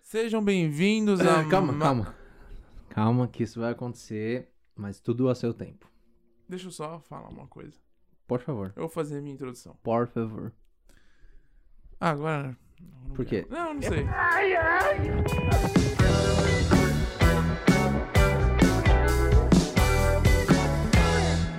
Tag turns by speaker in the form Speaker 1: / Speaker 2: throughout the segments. Speaker 1: Sejam bem-vindos a.
Speaker 2: É, Calma,
Speaker 1: ma-
Speaker 2: calma. Calma que isso vai acontecer, mas tudo a seu tempo.
Speaker 1: Deixa eu só falar uma coisa.
Speaker 2: Por favor.
Speaker 1: Eu vou fazer minha introdução.
Speaker 2: Por favor.
Speaker 1: Ah, agora. Não, não
Speaker 2: Por quê?
Speaker 1: quero. Não, não sei.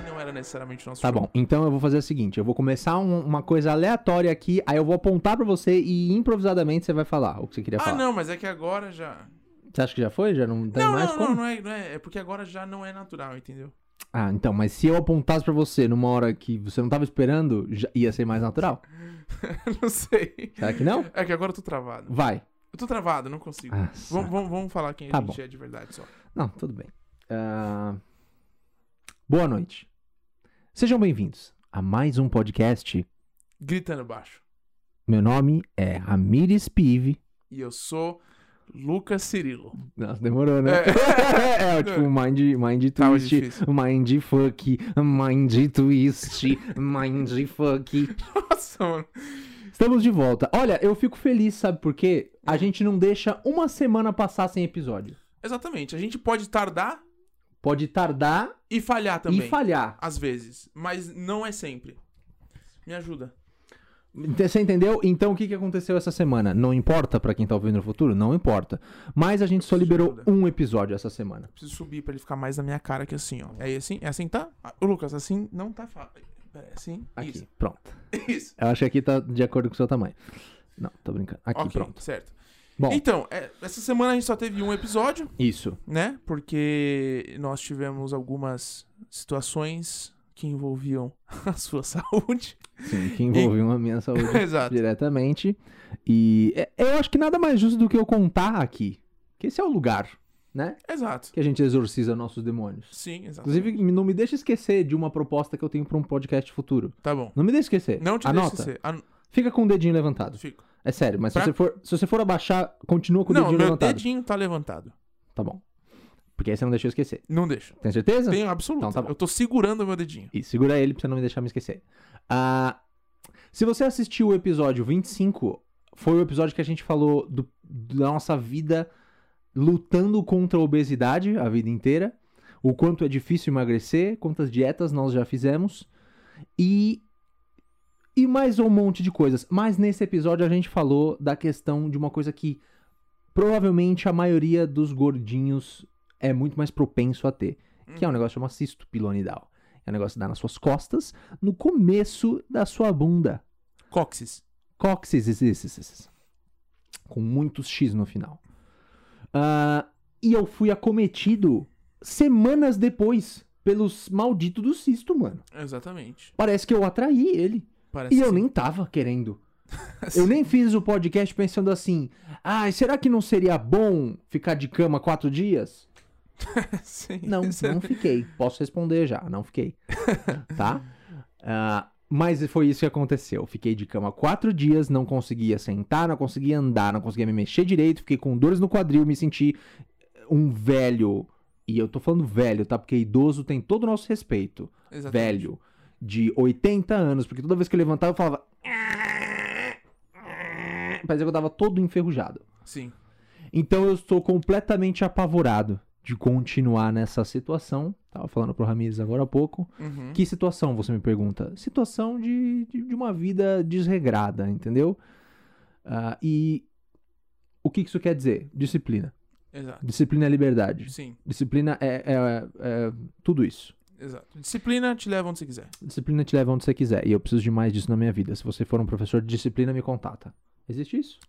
Speaker 1: Não era necessariamente o nosso.
Speaker 2: Tá bom, então eu vou fazer o seguinte, eu vou começar um- uma coisa aleatória aqui, aí eu vou apontar pra você e improvisadamente você vai falar o que você queria
Speaker 1: Ah,
Speaker 2: falar.
Speaker 1: não, mas é que agora já.
Speaker 2: Você acha que já foi? Já não tem
Speaker 1: Não,
Speaker 2: mais
Speaker 1: não,
Speaker 2: como?
Speaker 1: não, não é, não é. É porque agora já não é natural, entendeu?
Speaker 2: Ah, então, mas se eu apontasse pra você numa hora que você não tava esperando, já ia ser mais natural.
Speaker 1: não sei.
Speaker 2: Será que não?
Speaker 1: É que agora eu tô travado.
Speaker 2: Vai.
Speaker 1: Eu tô travado, não consigo.
Speaker 2: Ah,
Speaker 1: Vamos,
Speaker 2: saco.
Speaker 1: vamos, vamos falar quem a
Speaker 2: Tá
Speaker 1: gente
Speaker 2: bom.
Speaker 1: é de verdade só.
Speaker 2: Não, tudo bem. Ah, Boa noite. Sejam bem-vindos a mais um podcast.
Speaker 1: Gritando baixo.
Speaker 2: Meu nome é Ramires Pive.
Speaker 1: E eu sou Lucas Cirilo.
Speaker 2: Nossa, demorou, né? É, tipo, mind, mind
Speaker 1: Tava
Speaker 2: twist,
Speaker 1: difícil.
Speaker 2: mind fuck, mind twist, mind fuck.
Speaker 1: Nossa, mano.
Speaker 2: Estamos de volta. Olha, eu fico feliz, sabe por quê?
Speaker 1: É.
Speaker 2: A gente não deixa uma semana passar sem episódio.
Speaker 1: Exatamente. A gente pode tardar
Speaker 2: Pode tardar
Speaker 1: e falhar também.
Speaker 2: e falhar.
Speaker 1: Às vezes. Mas não é sempre. Me ajuda.
Speaker 2: Ent- Você entendeu? Então o que que aconteceu essa semana? Não importa pra quem tá ouvindo no futuro? Não importa. Mas a gente só liberou um episódio essa semana.
Speaker 1: Preciso subir pra ele ficar mais na minha cara que assim, ó. É assim? É assim tá? Ah, Ô, Lucas, assim não tá fácil. Pera, é assim?
Speaker 2: Aqui,
Speaker 1: Isso.
Speaker 2: pronto.
Speaker 1: Isso.
Speaker 2: Eu acho que aqui tá de acordo com o seu tamanho. Não, tô brincando. Aqui,
Speaker 1: ok,
Speaker 2: pronto.
Speaker 1: certo.
Speaker 2: Bom,
Speaker 1: Então, é, essa semana a gente só teve um episódio,
Speaker 2: isso.
Speaker 1: né? Porque nós tivemos algumas situações que envolviam a sua saúde.
Speaker 2: Sim, que envolveu a minha saúde
Speaker 1: Exato.
Speaker 2: diretamente. E é- eu acho que nada mais justo do que eu contar aqui. Que esse é o lugar, né?
Speaker 1: Exato.
Speaker 2: Que a gente exorciza nossos demônios.
Speaker 1: Sim, exato.
Speaker 2: Inclusive, não me deixa esquecer de uma proposta que eu tenho pra um podcast futuro.
Speaker 1: Tá bom.
Speaker 2: Não me deixa esquecer.
Speaker 1: Não te
Speaker 2: Anota.
Speaker 1: deixe ser. An...
Speaker 2: Fica com o dedinho levantado.
Speaker 1: Fico.
Speaker 2: É sério, mas
Speaker 1: Pra-
Speaker 2: se, você for, se você for abaixar, continua com o
Speaker 1: Não,
Speaker 2: dedinho
Speaker 1: meu
Speaker 2: levantado.
Speaker 1: dedinho tá levantado.
Speaker 2: Tá bom. Porque aí você não deixou eu esquecer.
Speaker 1: Não deixo.
Speaker 2: Tem certeza?
Speaker 1: Tenho absoluto.
Speaker 2: Então tá bom.
Speaker 1: eu tô segurando o meu dedinho.
Speaker 2: E segura ele pra você não me deixar me esquecer. Ah, se você assistiu o episódio 25, foi o episódio que a gente falou do- da nossa vida lutando contra a obesidade a vida inteira. O quanto é difícil emagrecer, quantas dietas nós já fizemos. E. E mais um monte de coisas. Mas nesse episódio a gente falou da questão de uma coisa que provavelmente a maioria dos gordinhos é muito mais propenso a ter. Que é um negócio chamado cisto pilonidal. É um negócio que dá nas suas costas, no começo da sua bunda.
Speaker 1: Cóccix.
Speaker 2: Cóccix, is- is- is- is- com muitos X no final. Ah, e eu fui acometido semanas depois pelos malditos do cisto, mano.
Speaker 1: Exatamente.
Speaker 2: Parece que eu atraí ele.
Speaker 1: Parece tá
Speaker 2: E eu
Speaker 1: sim.
Speaker 2: nem tava querendo. Eu nem fiz o podcast pensando assim: ah, será que não seria bom ficar de cama quatro dias?
Speaker 1: Sim. é-
Speaker 2: Não, não fiquei. Posso responder já, não fiquei. Tá? Ah, mas foi isso que aconteceu. Fiquei de cama quatro dias, não conseguia sentar, não conseguia andar, não conseguia me mexer direito, fiquei com dores no quadril, me senti um velho. E eu tô falando velho, tá? Porque idoso tem todo o nosso respeito.
Speaker 1: Exatamente.
Speaker 2: Velho. De 80 anos, porque toda vez que eu levantava eu falava. "Ah, Parecia que eu tava todo enferrujado.
Speaker 1: Sim.
Speaker 2: Então eu estou completamente apavorado de continuar nessa situação. Tava falando pro Ramires agora há pouco.
Speaker 1: Uhum.
Speaker 2: Que situação, você me pergunta? Situação de, de, de uma vida desregrada, entendeu? Ah, e o que que isso quer dizer? Disciplina.
Speaker 1: Exato.
Speaker 2: Disciplina é liberdade.
Speaker 1: Sim,
Speaker 2: Disciplina é- é- é tudo isso.
Speaker 1: exato. Disciplina te leva onde você quiser.
Speaker 2: Disciplina te leva onde você quiser. E eu preciso de mais disso na minha vida. Se você for um professor de disciplina, me contata. Existe isso?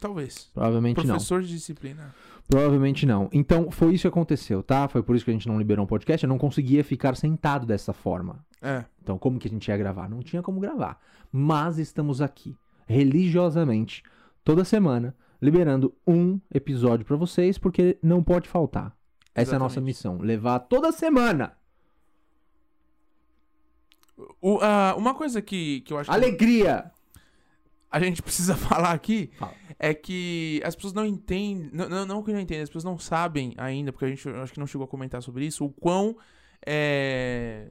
Speaker 1: Talvez.
Speaker 2: Provavelmente não.
Speaker 1: Professor de disciplina.
Speaker 2: Provavelmente não. Então, foi isso que aconteceu, tá? Foi por isso que a gente não liberou um podcast. Eu não conseguia ficar sentado dessa forma.
Speaker 1: É.
Speaker 2: Então, como que a gente ia gravar? Não tinha como gravar. Mas estamos aqui, religiosamente, toda semana, liberando um episódio pra vocês, porque não pode faltar. Essa é a nossa
Speaker 1: Exatamente.
Speaker 2: missão. Levar toda semana
Speaker 1: O- ah, uma coisa que, que eu acho que
Speaker 2: alegria.
Speaker 1: a gente precisa falar aqui
Speaker 2: Fala.
Speaker 1: é que as pessoas não entendem. Não, não, não que não entendem, as pessoas não sabem ainda, porque a gente eu acho que não chegou a comentar sobre isso, o quão. É,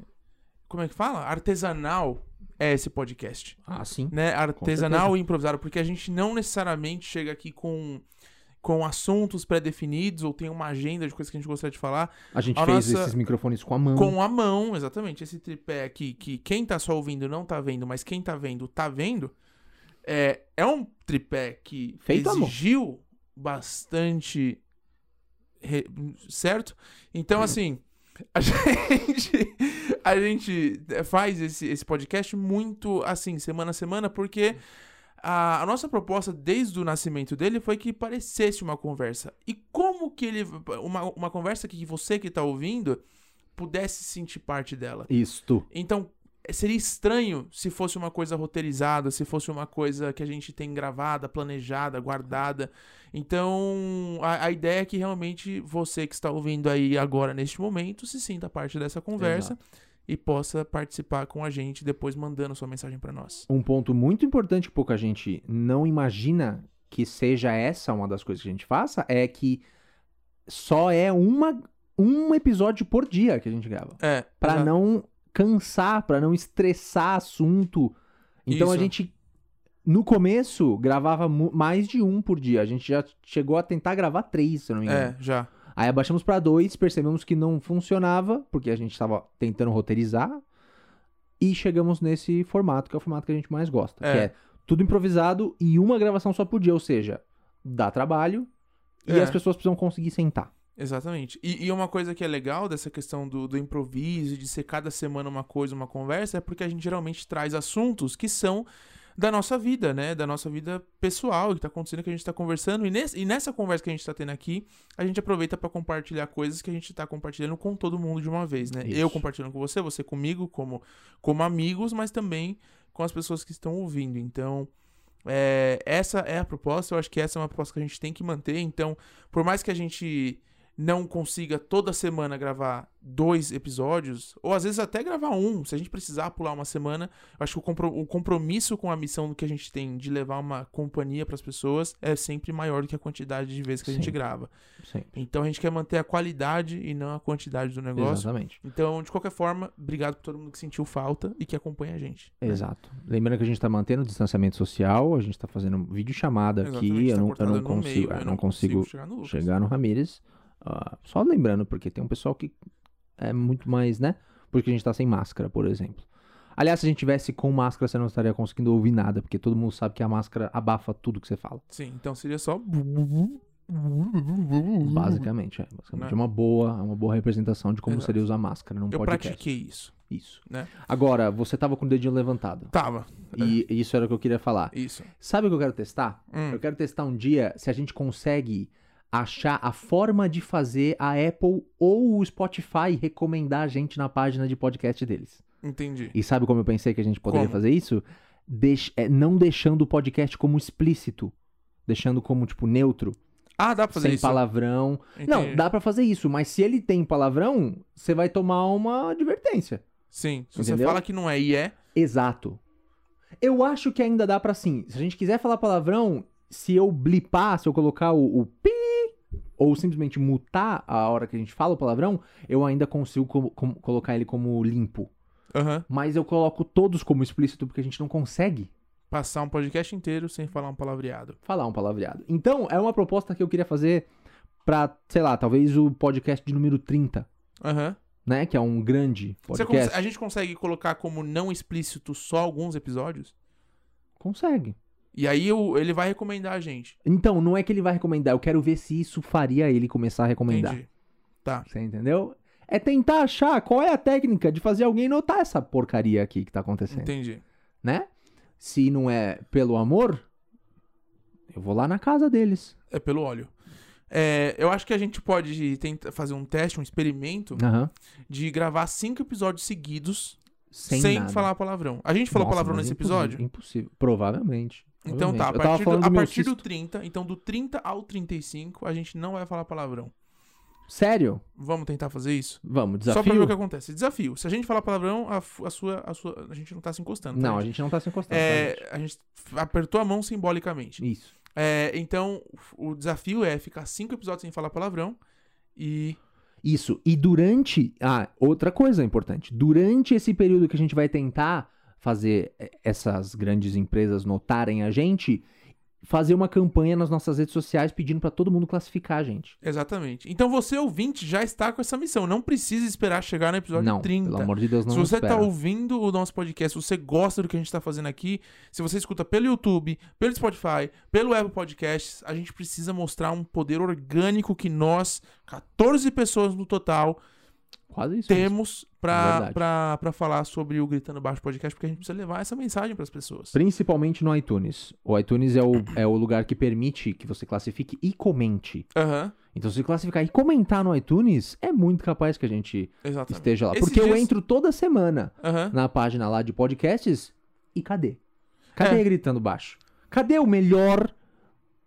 Speaker 1: como é que fala? Artesanal é esse podcast.
Speaker 2: Ah, sim.
Speaker 1: Né? Artesanal
Speaker 2: certeza.
Speaker 1: e improvisado, porque a gente não necessariamente chega aqui com, com assuntos pré-definidos ou tem uma agenda de coisas que a gente gostaria de falar.
Speaker 2: A gente
Speaker 1: A
Speaker 2: fez
Speaker 1: nossa-
Speaker 2: esses microfones com a mão.
Speaker 1: Com a mão, exatamente. Esse tripé aqui, que quem tá só ouvindo não tá vendo, mas quem tá vendo tá vendo. É, é um tripé que
Speaker 2: Feito à mão.
Speaker 1: exigiu bastante. re- certo? Então, assim. A gente, a gente faz esse, esse podcast muito assim, semana a semana, porque a, a nossa proposta desde o nascimento dele foi que parecesse uma conversa. E como que ele. Uma, uma conversa que você que tá ouvindo pudesse sentir parte dela.
Speaker 2: Isto.
Speaker 1: Então, eh, seria estranho se fosse uma coisa roteirizada, se fosse uma coisa que a gente tem gravada, planejada, guardada. Então, a, a ideia é que realmente você que está ouvindo aí agora, neste momento, se sinta parte dessa conversa e possa participar com a gente depois mandando sua mensagem para nós.
Speaker 2: Um ponto muito importante que pouca gente não imagina que seja essa uma das coisas que a gente faça é que só é uma, um episódio por dia que a gente grava.
Speaker 1: É.
Speaker 2: Pra
Speaker 1: exato.
Speaker 2: não cansar, pra não estressar assunto. Então a
Speaker 1: Isso.
Speaker 2: gente no começo gravava mu- mais de um por dia. A gente já chegou a tentar gravar três, se eu não me engano.
Speaker 1: É, já.
Speaker 2: Aí abaixamos pra dois, percebemos que não funcionava, porque a gente tava tentando roteirizar. E chegamos nesse formato, que é o formato que a gente mais gosta.
Speaker 1: É.
Speaker 2: Que é tudo improvisado e uma gravação só por dia, ou seja, dá trabalho e
Speaker 1: É.
Speaker 2: as pessoas precisam conseguir sentar.
Speaker 1: Exatamente. E, e uma coisa que é legal dessa questão do, do improviso, de ser cada semana uma coisa, uma conversa, é porque a gente geralmente traz assuntos que são da nossa vida, né? Da nossa vida pessoal, que tá acontecendo, que a gente tá conversando. E, nesse- e nessa conversa que a gente tá tendo aqui, a gente aproveita pra compartilhar coisas que a gente tá compartilhando com todo mundo de uma vez, né?
Speaker 2: Isso.
Speaker 1: Eu compartilhando com você, você comigo, como, como amigos, mas também com as pessoas que estão ouvindo. Então, é, essa é a proposta. Eu acho que essa é uma proposta que a gente tem que manter. Então, por mais que a gente não consiga toda semana gravar dois episódios, ou às vezes até gravar um, se a gente precisar pular uma semana, eu acho que o, compro- o compromisso com a missão que a gente tem de levar uma companhia pras pessoas é sempre maior do que a quantidade de vezes que a gente
Speaker 2: Sim.
Speaker 1: grava.
Speaker 2: Sempre.
Speaker 1: Então, a gente quer manter a qualidade e não a quantidade do negócio.
Speaker 2: Exatamente.
Speaker 1: Então, de qualquer forma, obrigado por todo mundo que sentiu falta e que acompanha a gente.
Speaker 2: Exato. Lembrando que a gente tá mantendo o distanciamento social, a gente tá fazendo videochamada aqui,
Speaker 1: Exatamente, tá
Speaker 2: eu não, eu
Speaker 1: cortado
Speaker 2: não
Speaker 1: no
Speaker 2: consigo,
Speaker 1: meio,
Speaker 2: eu não consigo,
Speaker 1: chegar no Lucas.
Speaker 2: chegar no Ramírez. Ah, só lembrando, porque tem um pessoal que é muito mais, né? Porque a gente tá sem máscara, por exemplo. Aliás, se a gente tivesse com máscara, você não estaria conseguindo ouvir nada, porque todo mundo sabe que a máscara abafa tudo que você fala.
Speaker 1: Sim, então seria só.
Speaker 2: Basicamente, é. Basicamente.
Speaker 1: Uhum. Né?
Speaker 2: É uma boa, é uma boa representação de como
Speaker 1: Exato.
Speaker 2: seria usar máscara num
Speaker 1: Eu
Speaker 2: podcast.
Speaker 1: pratiquei isso.
Speaker 2: Isso.
Speaker 1: né? É.
Speaker 2: Agora, você tava com o dedinho levantado.
Speaker 1: Tava,
Speaker 2: E isso era o que eu queria falar.
Speaker 1: isso.
Speaker 2: Sabe o que eu quero testar?
Speaker 1: Hum.
Speaker 2: Eu quero testar um dia se a gente consegue achar a forma de fazer a Apple ou o Spotify recomendar a gente na página de podcast deles.
Speaker 1: Entendi.
Speaker 2: E sabe como eu pensei que a gente poderia
Speaker 1: Como?
Speaker 2: fazer isso? Deix- é, não deixando o podcast como explícito. Deixando como, tipo, neutro.
Speaker 1: Ah, dá pra fazer
Speaker 2: sem
Speaker 1: isso.
Speaker 2: palavrão. Não,
Speaker 1: Entendi.
Speaker 2: dá pra fazer isso, mas se ele tem palavrão, você vai tomar uma advertência.
Speaker 1: Sim. Se você
Speaker 2: Entendeu?
Speaker 1: fala que não é e é.
Speaker 2: Exato. Eu acho que ainda dá pra sim. Se a gente quiser falar palavrão, se eu blipar, se eu colocar o, o pi ou simplesmente mutar a hora que a gente fala o palavrão, eu ainda consigo co- com- colocar ele como limpo.
Speaker 1: Aham.
Speaker 2: Mas eu coloco todos como explícito porque a gente não consegue
Speaker 1: Passar um podcast inteiro sem falar um palavreado.
Speaker 2: falar um palavreado. Então, é uma proposta que eu queria fazer pra, sei lá, talvez o podcast de número 30,
Speaker 1: Aham.
Speaker 2: né? Que é um grande
Speaker 1: Você
Speaker 2: podcast.
Speaker 1: conse- A gente consegue colocar como não explícito só alguns episódios?
Speaker 2: Consegue.
Speaker 1: E aí eu- ele vai recomendar a gente.
Speaker 2: Então, não é que ele vai recomendar, eu quero ver se isso faria ele começar a recomendar.
Speaker 1: Entendi. Tá.
Speaker 2: Você entendeu? É tentar achar qual é a técnica de fazer alguém notar essa porcaria aqui que tá acontecendo,
Speaker 1: Entendi.
Speaker 2: né? Se não é pelo amor, eu vou lá na casa deles.
Speaker 1: É pelo óleo. É, eu acho que a gente pode tentar fazer um teste, um experimento,
Speaker 2: Aham.
Speaker 1: de gravar cinco episódios seguidos
Speaker 2: Sem, nada.
Speaker 1: falar palavrão. A gente falou
Speaker 2: Nossa,
Speaker 1: palavrão
Speaker 2: mas é
Speaker 1: nesse
Speaker 2: impossível-
Speaker 1: episódio?
Speaker 2: Impossível. Provavelmente.
Speaker 1: Então tá, a
Speaker 2: provavelmente. Eu tava
Speaker 1: partir, do,
Speaker 2: falando
Speaker 1: a
Speaker 2: do meu
Speaker 1: partir do
Speaker 2: cisto.
Speaker 1: 30, então do 30 ao 35, a gente não vai falar palavrão.
Speaker 2: Sério?
Speaker 1: Vamos tentar fazer isso?
Speaker 2: Vamos,
Speaker 1: Só pra ver
Speaker 2: desafio?
Speaker 1: o que acontece. Desafio. Se a gente falar palavrão, a, f- a sua, a sua. A gente não tá se encostando. tá,
Speaker 2: Não, a gente não tá se encostando. tá,
Speaker 1: É, a gente f- apertou a mão simbolicamente.
Speaker 2: gente? Isso.
Speaker 1: É, então, f- o desafio é ficar cinco episódios sem falar palavrão e.
Speaker 2: Isso. E durante. Ah, outra coisa importante. Durante esse período que a gente vai tentar fazer eh, essas grandes empresas notarem a gente, fazer uma campanha nas nossas redes sociais pedindo pra todo mundo classificar a gente.
Speaker 1: Exatamente. Então você, ouvinte, já está com essa missão. Não precisa esperar chegar no episódio
Speaker 2: não,
Speaker 1: 30.
Speaker 2: pelo amor de Deus, não
Speaker 1: se você
Speaker 2: espera.
Speaker 1: está ouvindo o nosso podcast, se você gosta do que a gente está fazendo aqui, se você escuta pelo YouTube, pelo Spotify, pelo Apple Podcasts, a gente precisa mostrar um poder orgânico que nós, 14 pessoas no total,
Speaker 2: Quase isso. mesmo.
Speaker 1: temos pra,
Speaker 2: Verdade.
Speaker 1: pra, pra falar sobre o Gritando Baixo Podcast, porque a gente precisa levar essa mensagem pras pessoas.
Speaker 2: Principalmente no iTunes. O iTunes é o, é o lugar que permite que você classifique e comente.
Speaker 1: Aham,
Speaker 2: Então, se classificar e comentar no iTunes, é muito capaz que a gente
Speaker 1: exatamente.
Speaker 2: esteja lá.
Speaker 1: Esses
Speaker 2: Porque eu
Speaker 1: dias-
Speaker 2: entro toda semana
Speaker 1: Aham.
Speaker 2: na página lá de podcasts e cadê? Cadê
Speaker 1: É.
Speaker 2: Gritando Baixo? Cadê o melhor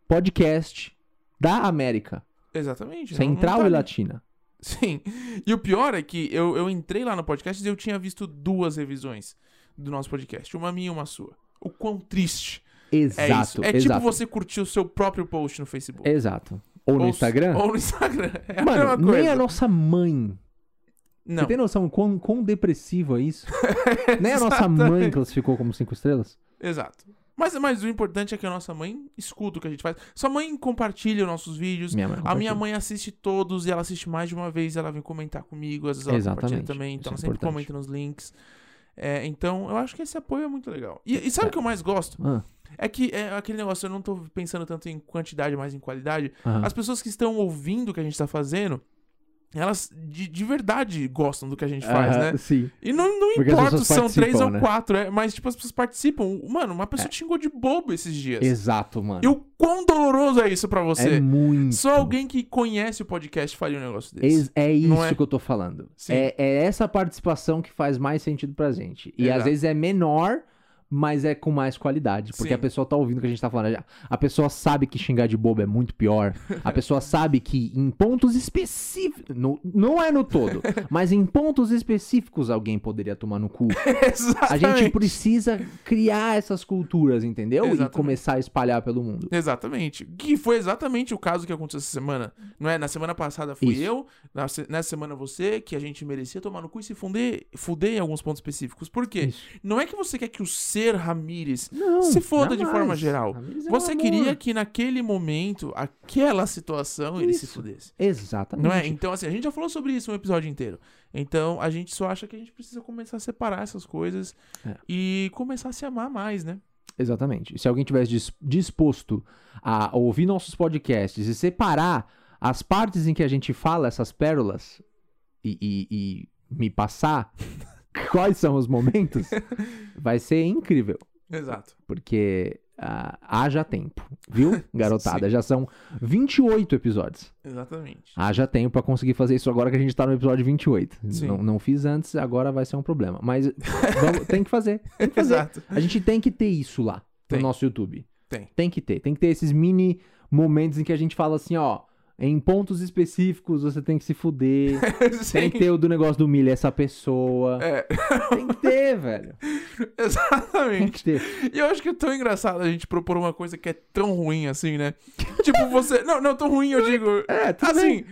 Speaker 2: podcast da América?
Speaker 1: Exatamente. não- não
Speaker 2: Central
Speaker 1: tá
Speaker 2: e
Speaker 1: ali.
Speaker 2: Latina.
Speaker 1: Sim. E o pior é que eu, eu entrei lá no podcast e eu tinha visto duas revisões do nosso podcast. Uma minha e uma sua. O quão triste é
Speaker 2: Exato,
Speaker 1: isso. É tipo
Speaker 2: exato.
Speaker 1: você curtir o seu próprio post no Facebook.
Speaker 2: Exato. Ou no
Speaker 1: Ou-
Speaker 2: Instagram.
Speaker 1: Ou no Instagram. É a
Speaker 2: Mano,
Speaker 1: mesma coisa.
Speaker 2: nem a nossa mãe.
Speaker 1: Não.
Speaker 2: Você tem noção quão, quão depressivo é isso? nem a nossa mãe classificou como cinco estrelas?
Speaker 1: Exato. Mas, mas o importante é que a nossa mãe escuta o que a gente faz. Sua mãe compartilha os nossos vídeos.
Speaker 2: Minha mãe.
Speaker 1: A
Speaker 2: compartilha.
Speaker 1: minha mãe assiste todos e ela assiste mais de uma vez. Ela vem comentar comigo, às vezes ela compartilha
Speaker 2: Exatamente,
Speaker 1: também. Então
Speaker 2: isso é
Speaker 1: ela sempre
Speaker 2: importante.
Speaker 1: comenta nos links. É, então eu acho que esse apoio é muito legal. E, e sabe o que eu mais gosto?
Speaker 2: Ah,
Speaker 1: É que é aquele negócio, eu não tô pensando tanto em quantidade, mas em qualidade.
Speaker 2: aham.
Speaker 1: As pessoas que estão ouvindo o que a gente tá fazendo, elas de, de verdade gostam do que a gente faz,
Speaker 2: Aham,
Speaker 1: né?
Speaker 2: Sim.
Speaker 1: E não, não
Speaker 2: Porque as
Speaker 1: importa se
Speaker 2: pessoas
Speaker 1: são três ou
Speaker 2: participam, né? É.
Speaker 1: quatro, é, mas tipo, as pessoas participam. Mano, uma pessoa te xingou de bobo esses dias.
Speaker 2: Exato, mano.
Speaker 1: E o quão doloroso é isso pra você?
Speaker 2: É muito.
Speaker 1: Só alguém que conhece o podcast faria um negócio desse.
Speaker 2: Ex- É isso
Speaker 1: Não é?
Speaker 2: que eu tô falando.
Speaker 1: Sim.
Speaker 2: É, é essa participação que faz mais sentido pra gente. E
Speaker 1: Exato.
Speaker 2: às vezes é menor, mas é com mais qualidade. Porque
Speaker 1: Sim.
Speaker 2: a pessoa tá ouvindo o que a gente tá falando. A pessoa sabe que xingar de bobo é muito pior. A pessoa sabe que em pontos específicos. no- não é no todo, mas em pontos específicos alguém poderia tomar no cu. A
Speaker 1: Exatamente.
Speaker 2: gente precisa criar essas culturas, entendeu? E
Speaker 1: Exatamente.
Speaker 2: começar a espalhar pelo mundo.
Speaker 1: Exatamente. Que foi exatamente o caso que aconteceu essa semana. Não é? Na semana passada fui
Speaker 2: Isso.
Speaker 1: eu, na se- nessa semana você, que a gente merecia tomar no cu e se funder, fuder em alguns pontos específicos. Por quê?
Speaker 2: Isso.
Speaker 1: Não é que você quer que o ser Ramírez
Speaker 2: Não.
Speaker 1: Se foda de
Speaker 2: jamais.
Speaker 1: forma geral.
Speaker 2: Ramírez é um
Speaker 1: Você
Speaker 2: amor.
Speaker 1: queria que naquele momento, aquela situação, ele se
Speaker 2: Isso. Tá
Speaker 1: fudesse.
Speaker 2: Exatamente.
Speaker 1: Não é? Então, assim, a gente já falou sobre isso um episódio inteiro. Então, a gente só acha que a gente precisa começar a separar essas coisas
Speaker 2: É.
Speaker 1: e começar a se amar mais, né?
Speaker 2: Exatamente. Se alguém tivesse dis- disposto a ouvir nossos podcasts e separar as partes em que a gente fala essas pérolas e, e- e me passar quais são os momentos, vai ser incrível,
Speaker 1: Exato.
Speaker 2: porque ah, haja tempo, viu, garotada? Já são 28 episódios.
Speaker 1: Exatamente.
Speaker 2: Haja tempo pra conseguir fazer isso agora que a gente tá no episódio 28.
Speaker 1: Sim.
Speaker 2: Não, não fiz antes, agora vai ser um problema. Mas vamos- tem que fazer. Tem que fazer.
Speaker 1: Exato.
Speaker 2: A gente tem que ter isso lá
Speaker 1: Tem.
Speaker 2: no nosso YouTube.
Speaker 1: Tem.
Speaker 2: Tem que ter. Tem que ter esses mini momentos em que a gente fala assim, ó. Em pontos específicos você tem que se fuder. tem
Speaker 1: Sim.
Speaker 2: que ter o do negócio do milho essa pessoa.
Speaker 1: É,
Speaker 2: Tem que ter, velho. Tem
Speaker 1: exatamente.
Speaker 2: que ter.
Speaker 1: E eu acho que é tão engraçado a gente propor uma coisa que é tão ruim assim, né? tipo, você. Não, não, tão ruim, eu digo.
Speaker 2: É, tudo
Speaker 1: Assim,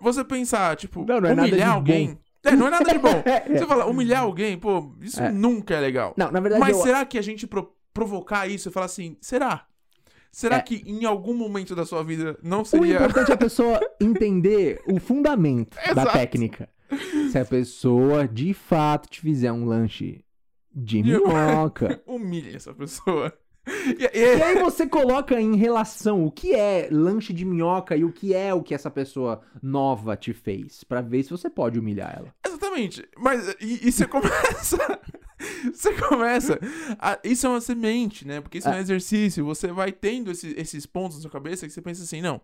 Speaker 1: você pensar, tipo,
Speaker 2: Não, não é nada de
Speaker 1: humilhar
Speaker 2: bom.
Speaker 1: alguém. É, não é nada de bom.
Speaker 2: É, é.
Speaker 1: Você fala, humilhar alguém, pô, isso
Speaker 2: É.
Speaker 1: nunca é legal.
Speaker 2: Não, na verdade
Speaker 1: Mas
Speaker 2: eu...
Speaker 1: será que a gente pro- provocar isso e falar assim, será? Será
Speaker 2: É.
Speaker 1: que em algum momento da sua vida não
Speaker 2: O
Speaker 1: seria.
Speaker 2: importante é a pessoa entender o fundamento da
Speaker 1: Exato.
Speaker 2: técnica. Se a pessoa de fato te fizer um lanche de
Speaker 1: De-
Speaker 2: minhoca.
Speaker 1: Humilha essa pessoa. E, é
Speaker 2: E
Speaker 1: e-
Speaker 2: aí você coloca em relação o que é lanche de minhoca e o que é o que essa pessoa nova te fez, Pra ver se você pode humilhar ela.
Speaker 1: Exatamente. Mas e, e você começa. você começa. a- isso é uma semente, né? Porque isso é um exercício. Você vai tendo esse- esses pontos na sua cabeça que você pensa assim, não,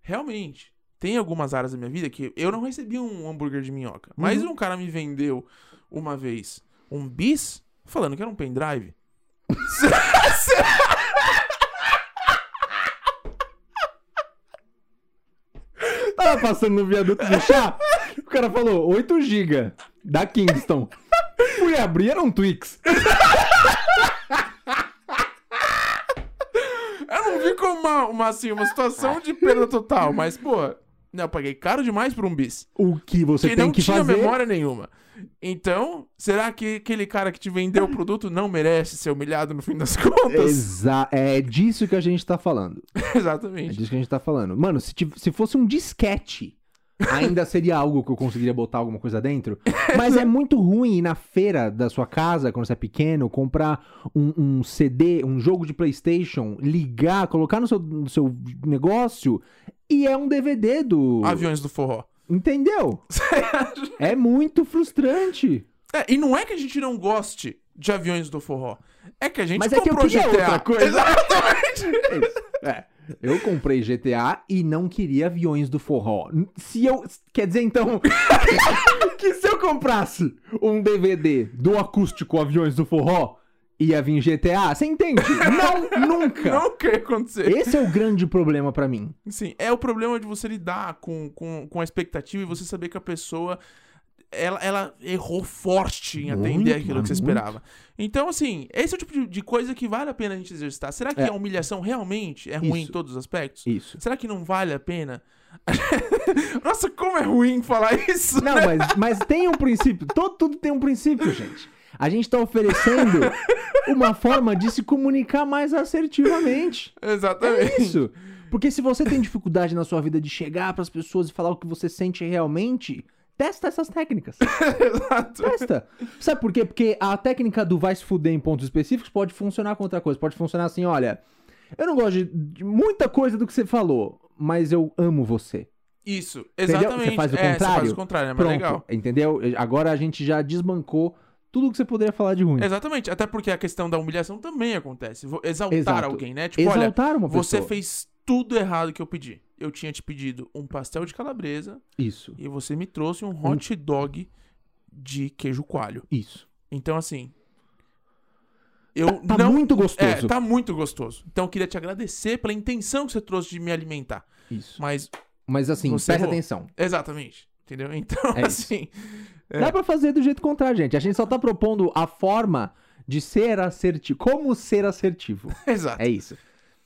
Speaker 1: realmente. Tem algumas áreas da minha vida que eu não recebi um hambúrguer de minhoca. Mas um cara me vendeu uma vez um bis falando que era um pendrive.
Speaker 2: Tava Tá passando no viaduto do chá, o cara falou 8 GB da Kingston. Fui abrir, era um Twix.
Speaker 1: Eu não vi como uma, uma, assim, uma situação de perda total, mas, pô, Não, eu paguei caro demais por um bis.
Speaker 2: O que você
Speaker 1: que
Speaker 2: tem
Speaker 1: não
Speaker 2: que
Speaker 1: tinha
Speaker 2: fazer.
Speaker 1: memória nenhuma. Então, será que aquele cara que te vendeu o produto não merece ser humilhado no fim das contas?
Speaker 2: Exa é disso que a gente tá falando. É
Speaker 1: Exatamente.
Speaker 2: disso que a gente tá falando. Mano, se, tiv- se fosse um disquete, ainda seria algo que eu conseguiria botar alguma coisa dentro. Mas é muito ruim ir na feira da sua casa, quando você é pequeno, comprar um, um CD, um jogo de PlayStation, ligar, colocar no seu, no seu negócio e é um DVD do.
Speaker 1: Aviões do forró.
Speaker 2: Entendeu? é muito frustrante.
Speaker 1: É, e não é que a gente não goste de aviões do forró. É que a gente
Speaker 2: Mas é que eu
Speaker 1: comprou
Speaker 2: queria
Speaker 1: GTA.
Speaker 2: outra coisa.
Speaker 1: Exatamente.
Speaker 2: É isso. É. Eu comprei GTA e não queria aviões do forró. Se eu. Quer dizer, então. que se eu comprasse um DVD do acústico Aviões do Forró, ia vir GTA? Você entende? Não, nunca!
Speaker 1: Não quer acontecer.
Speaker 2: Esse é o grande problema pra mim.
Speaker 1: Sim, é o problema de você lidar com, com, com a expectativa e você saber que a pessoa ela, ela errou forte em atender
Speaker 2: Muito,
Speaker 1: aquilo que você
Speaker 2: muito.
Speaker 1: esperava. Então, assim, esse é o tipo de, de coisa que vale a pena a gente exercitar. Será que
Speaker 2: É.
Speaker 1: a humilhação realmente é ruim em
Speaker 2: Isso.
Speaker 1: todos os aspectos?
Speaker 2: Isso.
Speaker 1: Será que não vale a pena? Nossa, como é ruim falar isso!
Speaker 2: Não, mas, mas tem um princípio. Todo, tudo tem um princípio, gente. A gente tá oferecendo uma forma de se comunicar mais assertivamente.
Speaker 1: Exatamente.
Speaker 2: É isso. Porque se você tem dificuldade na sua vida de chegar pras pessoas e falar o que você sente realmente, testa essas técnicas.
Speaker 1: Exato.
Speaker 2: Testa. Sabe por quê? Porque a técnica do vai se fuder em pontos específicos pode funcionar com outra coisa. Pode funcionar assim, olha, eu não gosto de, de muita coisa do que você falou, mas eu amo você.
Speaker 1: Isso,
Speaker 2: Entendeu?
Speaker 1: exatamente.
Speaker 2: Você faz o
Speaker 1: é, Você faz
Speaker 2: contrário.
Speaker 1: o contrário, é mais
Speaker 2: Pronto.
Speaker 1: legal.
Speaker 2: Entendeu? Agora a gente já desbancou tudo que você poderia falar de ruim.
Speaker 1: Exatamente, até porque a questão da humilhação também acontece. Vou Exaltar
Speaker 2: Exato.
Speaker 1: alguém, né? Tipo, olha,
Speaker 2: Exaltar uma pessoa.
Speaker 1: Você fez tudo errado que eu pedi. Eu tinha te pedido um pastel de calabresa
Speaker 2: Isso.
Speaker 1: e você me trouxe um hot dog de queijo coalho.
Speaker 2: Isso.
Speaker 1: Então, assim. Eu
Speaker 2: Tá
Speaker 1: não.
Speaker 2: muito
Speaker 1: é,
Speaker 2: gostoso.
Speaker 1: tá muito gostoso. Então, eu queria te agradecer pela intenção que você trouxe de me alimentar.
Speaker 2: Isso.
Speaker 1: Mas,
Speaker 2: Mas assim,
Speaker 1: Você
Speaker 2: presta
Speaker 1: errou.
Speaker 2: atenção.
Speaker 1: exatamente. Entendeu? Então,
Speaker 2: É isso.
Speaker 1: assim. É.
Speaker 2: Dá pra fazer do jeito contrário, gente. A gente só tá propondo a forma de ser assertivo. Como ser assertivo.
Speaker 1: Exato.
Speaker 2: É isso.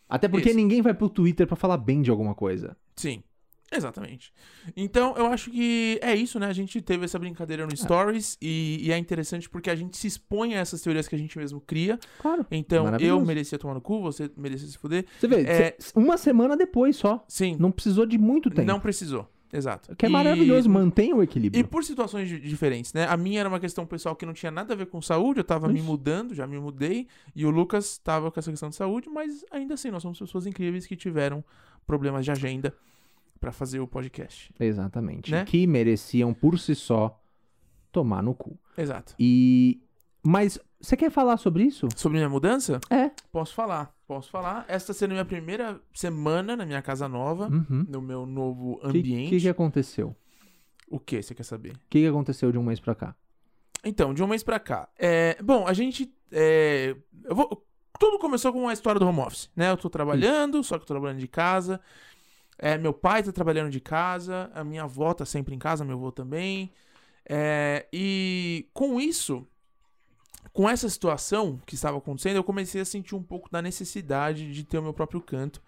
Speaker 2: Até porque
Speaker 1: Isso.
Speaker 2: ninguém vai pro Twitter pra falar bem de alguma coisa.
Speaker 1: Sim. Exatamente. Então, eu acho que é isso, né? A gente teve essa brincadeira
Speaker 2: É.
Speaker 1: no Stories e- e é interessante porque a gente se expõe a essas teorias que a gente mesmo cria.
Speaker 2: Claro.
Speaker 1: Então, eu
Speaker 2: Maravilhoso.
Speaker 1: merecia tomar no cu, você merecia se fuder.
Speaker 2: Você vê,
Speaker 1: É.
Speaker 2: cê- uma semana depois só.
Speaker 1: Sim,
Speaker 2: Não precisou de muito
Speaker 1: não,
Speaker 2: tempo.
Speaker 1: precisou. Exato.
Speaker 2: Que é
Speaker 1: E-
Speaker 2: maravilhoso, mantém o
Speaker 1: E
Speaker 2: equilíbrio.
Speaker 1: por situações di- diferentes, né? A minha era uma questão pessoal que não tinha nada a ver com saúde, eu tava me
Speaker 2: Isso.
Speaker 1: mudando, já me mudei, e o Lucas tava com essa questão de saúde, mas ainda assim, nós somos pessoas incríveis que tiveram problemas de agenda pra fazer o podcast.
Speaker 2: Exatamente.
Speaker 1: Né?
Speaker 2: Que mereciam por si só tomar no cu.
Speaker 1: Exato.
Speaker 2: E. Mas você quer falar sobre isso?
Speaker 1: Sobre minha mudança?
Speaker 2: É.
Speaker 1: Posso falar, posso falar. Esta sendo minha primeira semana na minha casa nova,
Speaker 2: Uhum.
Speaker 1: no meu novo
Speaker 2: O que,
Speaker 1: ambiente.
Speaker 2: que é que aconteceu? O
Speaker 1: O que você quer saber?
Speaker 2: que, que aconteceu de um mês pra cá?
Speaker 1: Então, de um mês pra cá. É, bom, a gente. é, eu vou- tudo começou com a história do home office, né? Eu tô trabalhando, só que eu tô trabalhando de casa. É, meu pai tá trabalhando de casa, a minha avó tá sempre em casa, meu avô também. É, e com isso, com essa situação que estava acontecendo, eu comecei a sentir um pouco da necessidade de ter o meu próprio canto,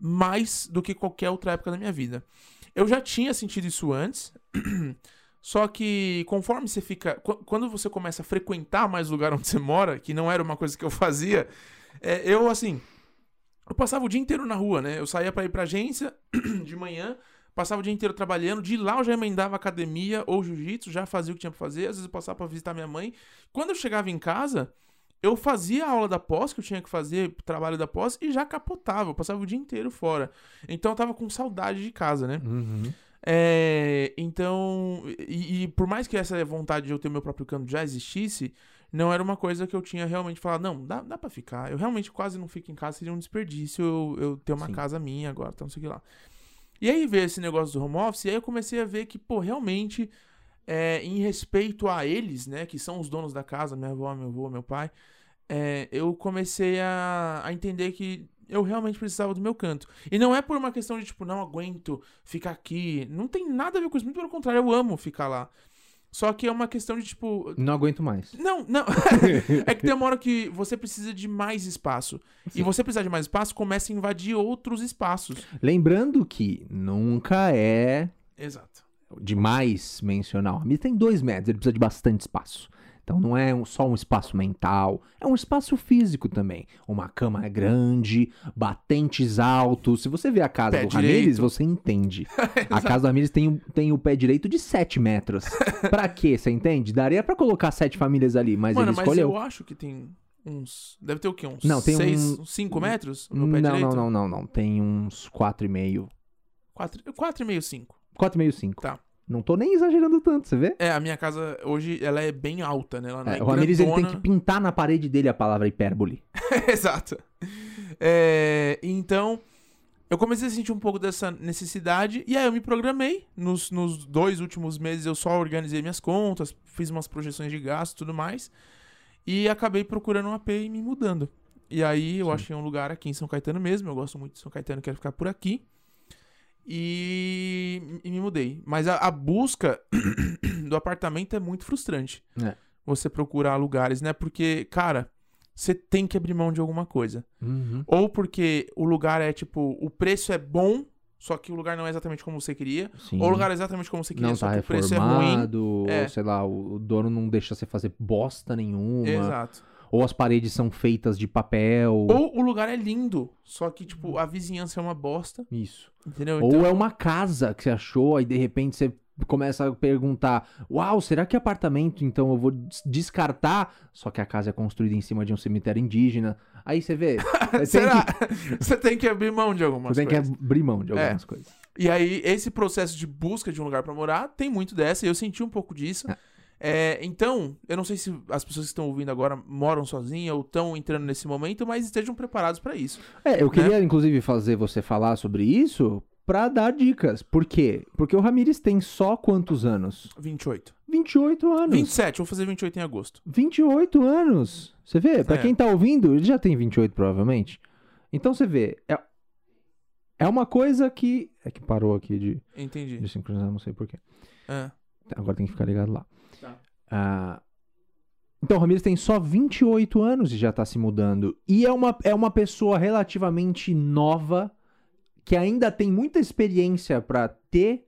Speaker 1: mais do que qualquer outra época da minha vida. Eu já tinha sentido isso antes, só que conforme você fica. qu- Quando você começa a frequentar mais o lugar onde você mora, que não era uma coisa que eu fazia, é, eu assim. Eu passava o dia inteiro na rua, né? Eu saía pra ir pra agência de manhã, passava o dia inteiro trabalhando, de lá eu já emendava academia ou jiu-jitsu, já fazia o que tinha pra fazer, às vezes eu passava pra visitar minha mãe. Quando eu chegava em casa, eu fazia a aula da pós, que eu tinha que fazer, o trabalho da pós, e já capotava, eu passava o dia inteiro fora. Então eu tava com saudade de casa, né?
Speaker 2: Uhum.
Speaker 1: É, então, e, e por mais que essa vontade de eu ter meu próprio canto já existisse, não era uma coisa que eu tinha realmente falado, não, dá, dá pra ficar. Eu realmente quase não fico em casa, seria um desperdício eu, eu ter uma
Speaker 2: Sim.
Speaker 1: casa minha agora, então não sei o que lá. E aí veio esse negócio do home office, e aí eu comecei a ver que, pô, realmente, é, em respeito a eles, né, que são os donos da casa, minha avó, meu avô, meu pai, é, eu comecei a, a entender que eu realmente precisava do meu canto. E não é por uma questão de, tipo, não aguento ficar aqui. Não tem nada a ver com isso, muito pelo contrário, eu amo ficar lá. Só que é uma questão de, tipo.
Speaker 2: Não aguento mais.
Speaker 1: Não, não. é que tem uma hora que você precisa de mais espaço. E
Speaker 2: Sim.
Speaker 1: você precisar de mais espaço, começa a invadir outros espaços.
Speaker 2: Lembrando que nunca é
Speaker 1: Exato.
Speaker 2: demais mencionar. O Ramires tem dois metros, ele precisa de bastante espaço. Então não é um- só um espaço mental, é um espaço físico também. Uma cama é grande, batentes altos. Se você vê a casa
Speaker 1: Pé
Speaker 2: do Ramires,
Speaker 1: direito.
Speaker 2: você entende. a casa do Ramires tem, o- tem o pé direito de 7 metros. pra quê, você entende? Daria pra colocar sete famílias ali, mas
Speaker 1: Mano,
Speaker 2: ele
Speaker 1: mas
Speaker 2: escolheu.
Speaker 1: eu acho que tem uns. Deve ter o quê? Uns
Speaker 2: Não, tem
Speaker 1: seis,
Speaker 2: um-
Speaker 1: uns cinco metros no
Speaker 2: Não,
Speaker 1: meu pé
Speaker 2: não,
Speaker 1: direito?
Speaker 2: não, não, não. Tem uns 4,5.
Speaker 1: Quatro, quatro e meio, cinco.
Speaker 2: 4,5, 5.
Speaker 1: Tá.
Speaker 2: Não tô nem exagerando tanto, você vê?
Speaker 1: É, a minha casa hoje ela é bem alta, né? Ela não é,
Speaker 2: É, o Ramires ele tem que
Speaker 1: grandona.
Speaker 2: pintar na parede dele a palavra hipérbole.
Speaker 1: Exato. É, então, eu comecei a sentir um pouco dessa necessidade, e aí eu me programei. Nos, nos dois últimos meses eu só organizei minhas contas, fiz umas projeções de gasto e tudo mais, e acabei procurando um AP e me mudando. E aí eu achei um lugar aqui em São Caetano mesmo, eu gosto muito de São Caetano, quero ficar por aqui. E, e me mudei. Mas a, a busca do apartamento é muito frustrante.
Speaker 2: É.
Speaker 1: Você procurar lugares, né? Porque, cara, você tem que abrir mão de alguma coisa. Ou porque o lugar é tipo, o preço é bom, só que o lugar não é exatamente como você queria.
Speaker 2: Sim.
Speaker 1: Ou o lugar é exatamente como você queria,
Speaker 2: não
Speaker 1: só
Speaker 2: tá
Speaker 1: que o preço é ruim.
Speaker 2: reformado, ou
Speaker 1: É.
Speaker 2: sei lá, o o dono não deixa você fazer bosta nenhuma.
Speaker 1: Exato.
Speaker 2: Ou as paredes são feitas de papel.
Speaker 1: Ou o lugar é lindo, só que, tipo, a vizinhança é uma bosta,
Speaker 2: Isso.
Speaker 1: entendeu? Então,
Speaker 2: Ou é uma casa que você achou, aí de repente você começa a perguntar: Uau, será que é apartamento? Então eu vou des- descartar. Só que a casa é construída em cima de um cemitério indígena. Aí você vê. Você
Speaker 1: Será?
Speaker 2: Tem
Speaker 1: você tem que abrir mão de
Speaker 2: que,
Speaker 1: algumas
Speaker 2: você tem que
Speaker 1: coisas. É.
Speaker 2: abrir mão de algumas coisas.
Speaker 1: E aí, esse processo de busca de um lugar pra morar tem muito dessa, e eu senti um pouco disso. É, então, eu não sei se as pessoas que estão ouvindo agora moram sozinhas ou estão entrando nesse momento, mas estejam preparados pra isso.
Speaker 2: É, eu queria inclusive fazer você falar sobre isso pra dar dicas. Por quê? Porque o Ramires tem só quantos anos?
Speaker 1: 28.
Speaker 2: 28 anos.
Speaker 1: 27, vou fazer 28 em agosto.
Speaker 2: 28 anos. Você vê? Pra
Speaker 1: É.
Speaker 2: quem tá ouvindo, ele já tem 28 provavelmente. Então você vê, é, é uma coisa que é que parou aqui de,
Speaker 1: Entendi.
Speaker 2: de sincronizar, não sei porquê.
Speaker 1: É.
Speaker 2: Agora tem que ficar ligado lá.
Speaker 1: Tá.
Speaker 2: Ah, então, o Ramires tem só 28 anos e já tá se mudando. E é uma, é uma pessoa relativamente nova, que ainda tem muita experiência pra ter,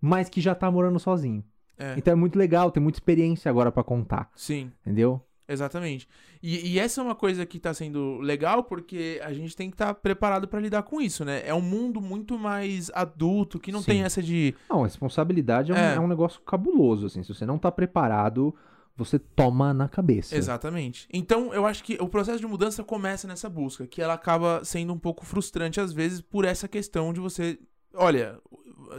Speaker 2: mas que já tá morando sozinho.
Speaker 1: É.
Speaker 2: Então é muito legal, tem muita experiência agora pra contar,
Speaker 1: Sim,
Speaker 2: entendeu?
Speaker 1: exatamente. E, e essa é uma coisa que tá sendo legal porque a gente tem que estar preparado pra lidar com isso, né? É um mundo muito mais adulto que não
Speaker 2: Sim.
Speaker 1: tem essa de.
Speaker 2: Não, a responsabilidade é um,
Speaker 1: É.
Speaker 2: é um negócio cabuloso, assim. Se você não tá preparado, você toma na cabeça.
Speaker 1: Exatamente. Então, eu acho que o processo de mudança começa nessa busca, que ela acaba sendo um pouco frustrante às vezes por essa questão de você. Olha,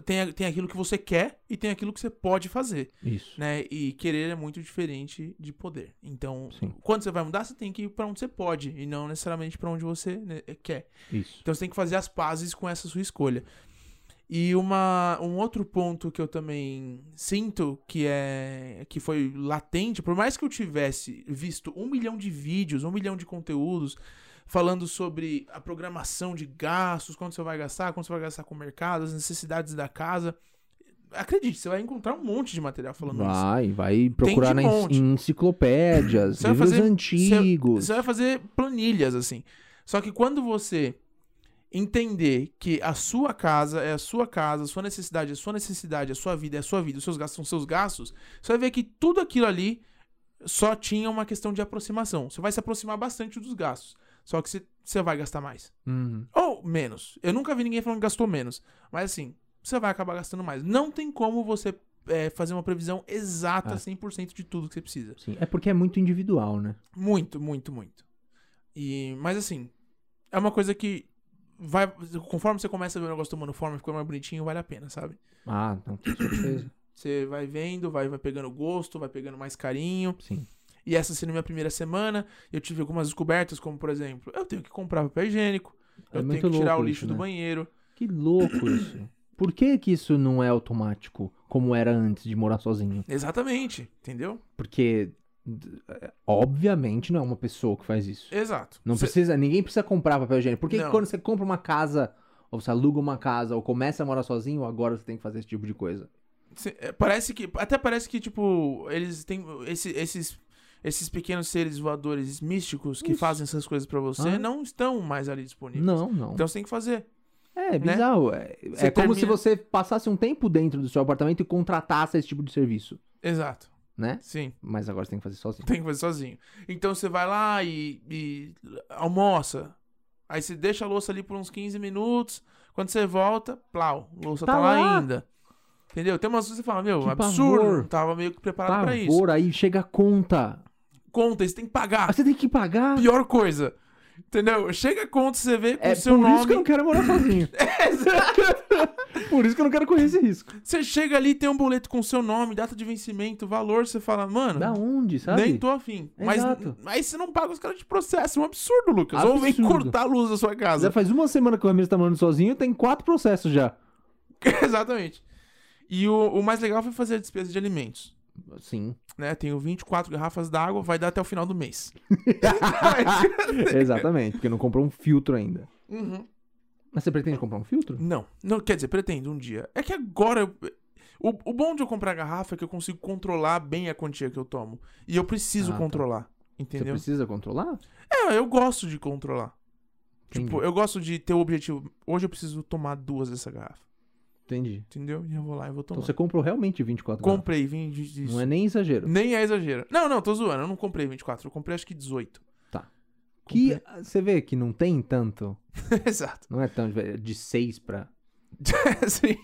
Speaker 1: tem, tem aquilo que você quer e tem aquilo que você pode fazer.
Speaker 2: Isso.
Speaker 1: né? E querer é muito diferente de poder. Então,
Speaker 2: Sim.
Speaker 1: quando você vai mudar, você tem que ir pra onde você pode e não necessariamente pra onde você né, quer.
Speaker 2: Isso.
Speaker 1: Então, você tem que fazer as pazes com essa sua escolha. E uma, um outro ponto que eu também sinto que é que foi latente, por mais que eu tivesse visto um milhão de vídeos, um milhão de conteúdos falando sobre a programação de gastos, quanto você vai gastar, quanto você vai gastar com o mercado, as necessidades da casa. Acredite, você vai encontrar um monte de material falando isso.
Speaker 2: Vai, vai procurar
Speaker 1: de
Speaker 2: na en-
Speaker 1: monte.
Speaker 2: em enciclopédias,
Speaker 1: Você vai
Speaker 2: livros
Speaker 1: fazer-
Speaker 2: antigos.
Speaker 1: Você vai fazer planilhas, assim. Só que quando você entender que a sua casa é a sua casa, a sua necessidade é a sua necessidade, a sua vida é a sua vida, os seus gastos são seus gastos, você vai ver que tudo aquilo ali só tinha uma questão de aproximação. Você vai se aproximar bastante dos gastos. Só que você, você vai gastar mais.
Speaker 2: Uhum.
Speaker 1: Ou menos. Eu nunca vi ninguém falando que gastou menos. Mas assim, você vai acabar gastando mais. Não tem como você eh, fazer uma previsão exata,
Speaker 2: Ah.
Speaker 1: 100% de tudo que você precisa.
Speaker 2: Sim, é porque é muito individual, né?
Speaker 1: Muito, muito, muito. E, mas assim, é uma coisa que vai. Conforme você começa a ver o negócio tomando forma, ficou mais bonitinho, vale a pena, sabe?
Speaker 2: Ah, não, com certeza.
Speaker 1: Você vai vendo, vai, vai pegando gosto, vai pegando mais carinho.
Speaker 2: Sim.
Speaker 1: E essa sendo minha primeira semana, eu tive algumas descobertas, como por exemplo, eu tenho que comprar papel higiênico,
Speaker 2: É
Speaker 1: eu tenho
Speaker 2: muito
Speaker 1: que tirar o
Speaker 2: louco
Speaker 1: lixo
Speaker 2: isso,
Speaker 1: do
Speaker 2: né?
Speaker 1: banheiro.
Speaker 2: Que louco isso. Por que que isso não é automático, como era antes de morar sozinho?
Speaker 1: Exatamente, entendeu?
Speaker 2: Porque, d- é, obviamente, não é uma pessoa que faz isso.
Speaker 1: Exato.
Speaker 2: Não
Speaker 1: Cê-
Speaker 2: precisa, ninguém precisa comprar papel higiênico. Por que que
Speaker 1: Não.
Speaker 2: quando você compra uma casa, ou você aluga uma casa, ou começa a morar sozinho, agora você tem que fazer esse tipo de coisa?
Speaker 1: se- é, Parece que. Até parece que, tipo, eles têm. esse- esses, esses pequenos seres voadores místicos que
Speaker 2: Isso.
Speaker 1: fazem essas coisas pra você
Speaker 2: Ah.
Speaker 1: não estão mais ali disponíveis.
Speaker 2: Não, não.
Speaker 1: Então você tem que fazer.
Speaker 2: é bizarro. É,
Speaker 1: Né? Você
Speaker 2: é como se
Speaker 1: termina-
Speaker 2: você passasse um tempo dentro do seu apartamento e contratasse esse tipo de serviço,
Speaker 1: Exato.
Speaker 2: né?
Speaker 1: Sim.
Speaker 2: Mas agora você tem que fazer sozinho.
Speaker 1: Tem que fazer sozinho. Então você vai lá e, e almoça. Aí você deixa a louça ali por uns 15 minutos. Quando você volta, plau, a louça tá,
Speaker 2: Tá
Speaker 1: lá,
Speaker 2: lá.
Speaker 1: ainda. Entendeu? Tem umas coisas que você fala, meu,
Speaker 2: Que
Speaker 1: absurdo.
Speaker 2: pavor.
Speaker 1: Não tava meio que preparado pra isso.
Speaker 2: Pavor, aí chega a conta.
Speaker 1: Conta, você tem que pagar.
Speaker 2: Ah, você tem que pagar.
Speaker 1: Pior coisa. Entendeu? Chega a conta, você vê com
Speaker 2: É
Speaker 1: o seu
Speaker 2: por
Speaker 1: nome.
Speaker 2: isso que eu não quero morar sozinho. por isso que eu não quero correr esse risco.
Speaker 1: Você chega ali, tem um boleto com o seu nome, data de vencimento, valor, você fala, mano.
Speaker 2: Da onde, sabe?
Speaker 1: Nem tô afim. Mas,
Speaker 2: Exato.
Speaker 1: mas se não paga, os caras te processam. É um absurdo, Lucas. Ou vem
Speaker 2: Absurdo.
Speaker 1: cortar a luz da sua casa.
Speaker 2: Já faz uma semana que o Ramiro tá morando sozinho, tem quatro processos já. é
Speaker 1: Exatamente. E o, o mais legal foi fazer a despesa de alimentos.
Speaker 2: Sim.
Speaker 1: Né? Tenho 24 garrafas d'água, vai dar até o final do mês.
Speaker 2: Exatamente, porque não comprou um filtro ainda.
Speaker 1: Uhum.
Speaker 2: Mas você pretende comprar um filtro?
Speaker 1: Não, não, quer dizer, pretendo um dia. É que agora. eu- o, o bom de eu comprar garrafa é que eu consigo controlar bem a quantia que eu tomo. E eu preciso
Speaker 2: Ah, tá.
Speaker 1: controlar.
Speaker 2: Você
Speaker 1: Entendeu?
Speaker 2: precisa controlar?
Speaker 1: É, eu gosto de controlar. Tipo,
Speaker 2: Entendi.
Speaker 1: eu gosto de ter o objetivo. Hoje eu preciso tomar duas dessa garrafa.
Speaker 2: Entendi.
Speaker 1: Entendeu? E eu vou lá e vou
Speaker 2: Então
Speaker 1: tomar.
Speaker 2: você comprou realmente 24 gramas.
Speaker 1: Comprei, vim disso.
Speaker 2: Não é nem exagero.
Speaker 1: Nem é exagero. Não, não, tô zoando. Eu não comprei 24, eu comprei acho que 18.
Speaker 2: Tá. Que
Speaker 1: Comprei-
Speaker 2: ah, você vê que não tem tanto.
Speaker 1: Exato.
Speaker 2: Não é tão de- de 6 pra.
Speaker 1: Sim.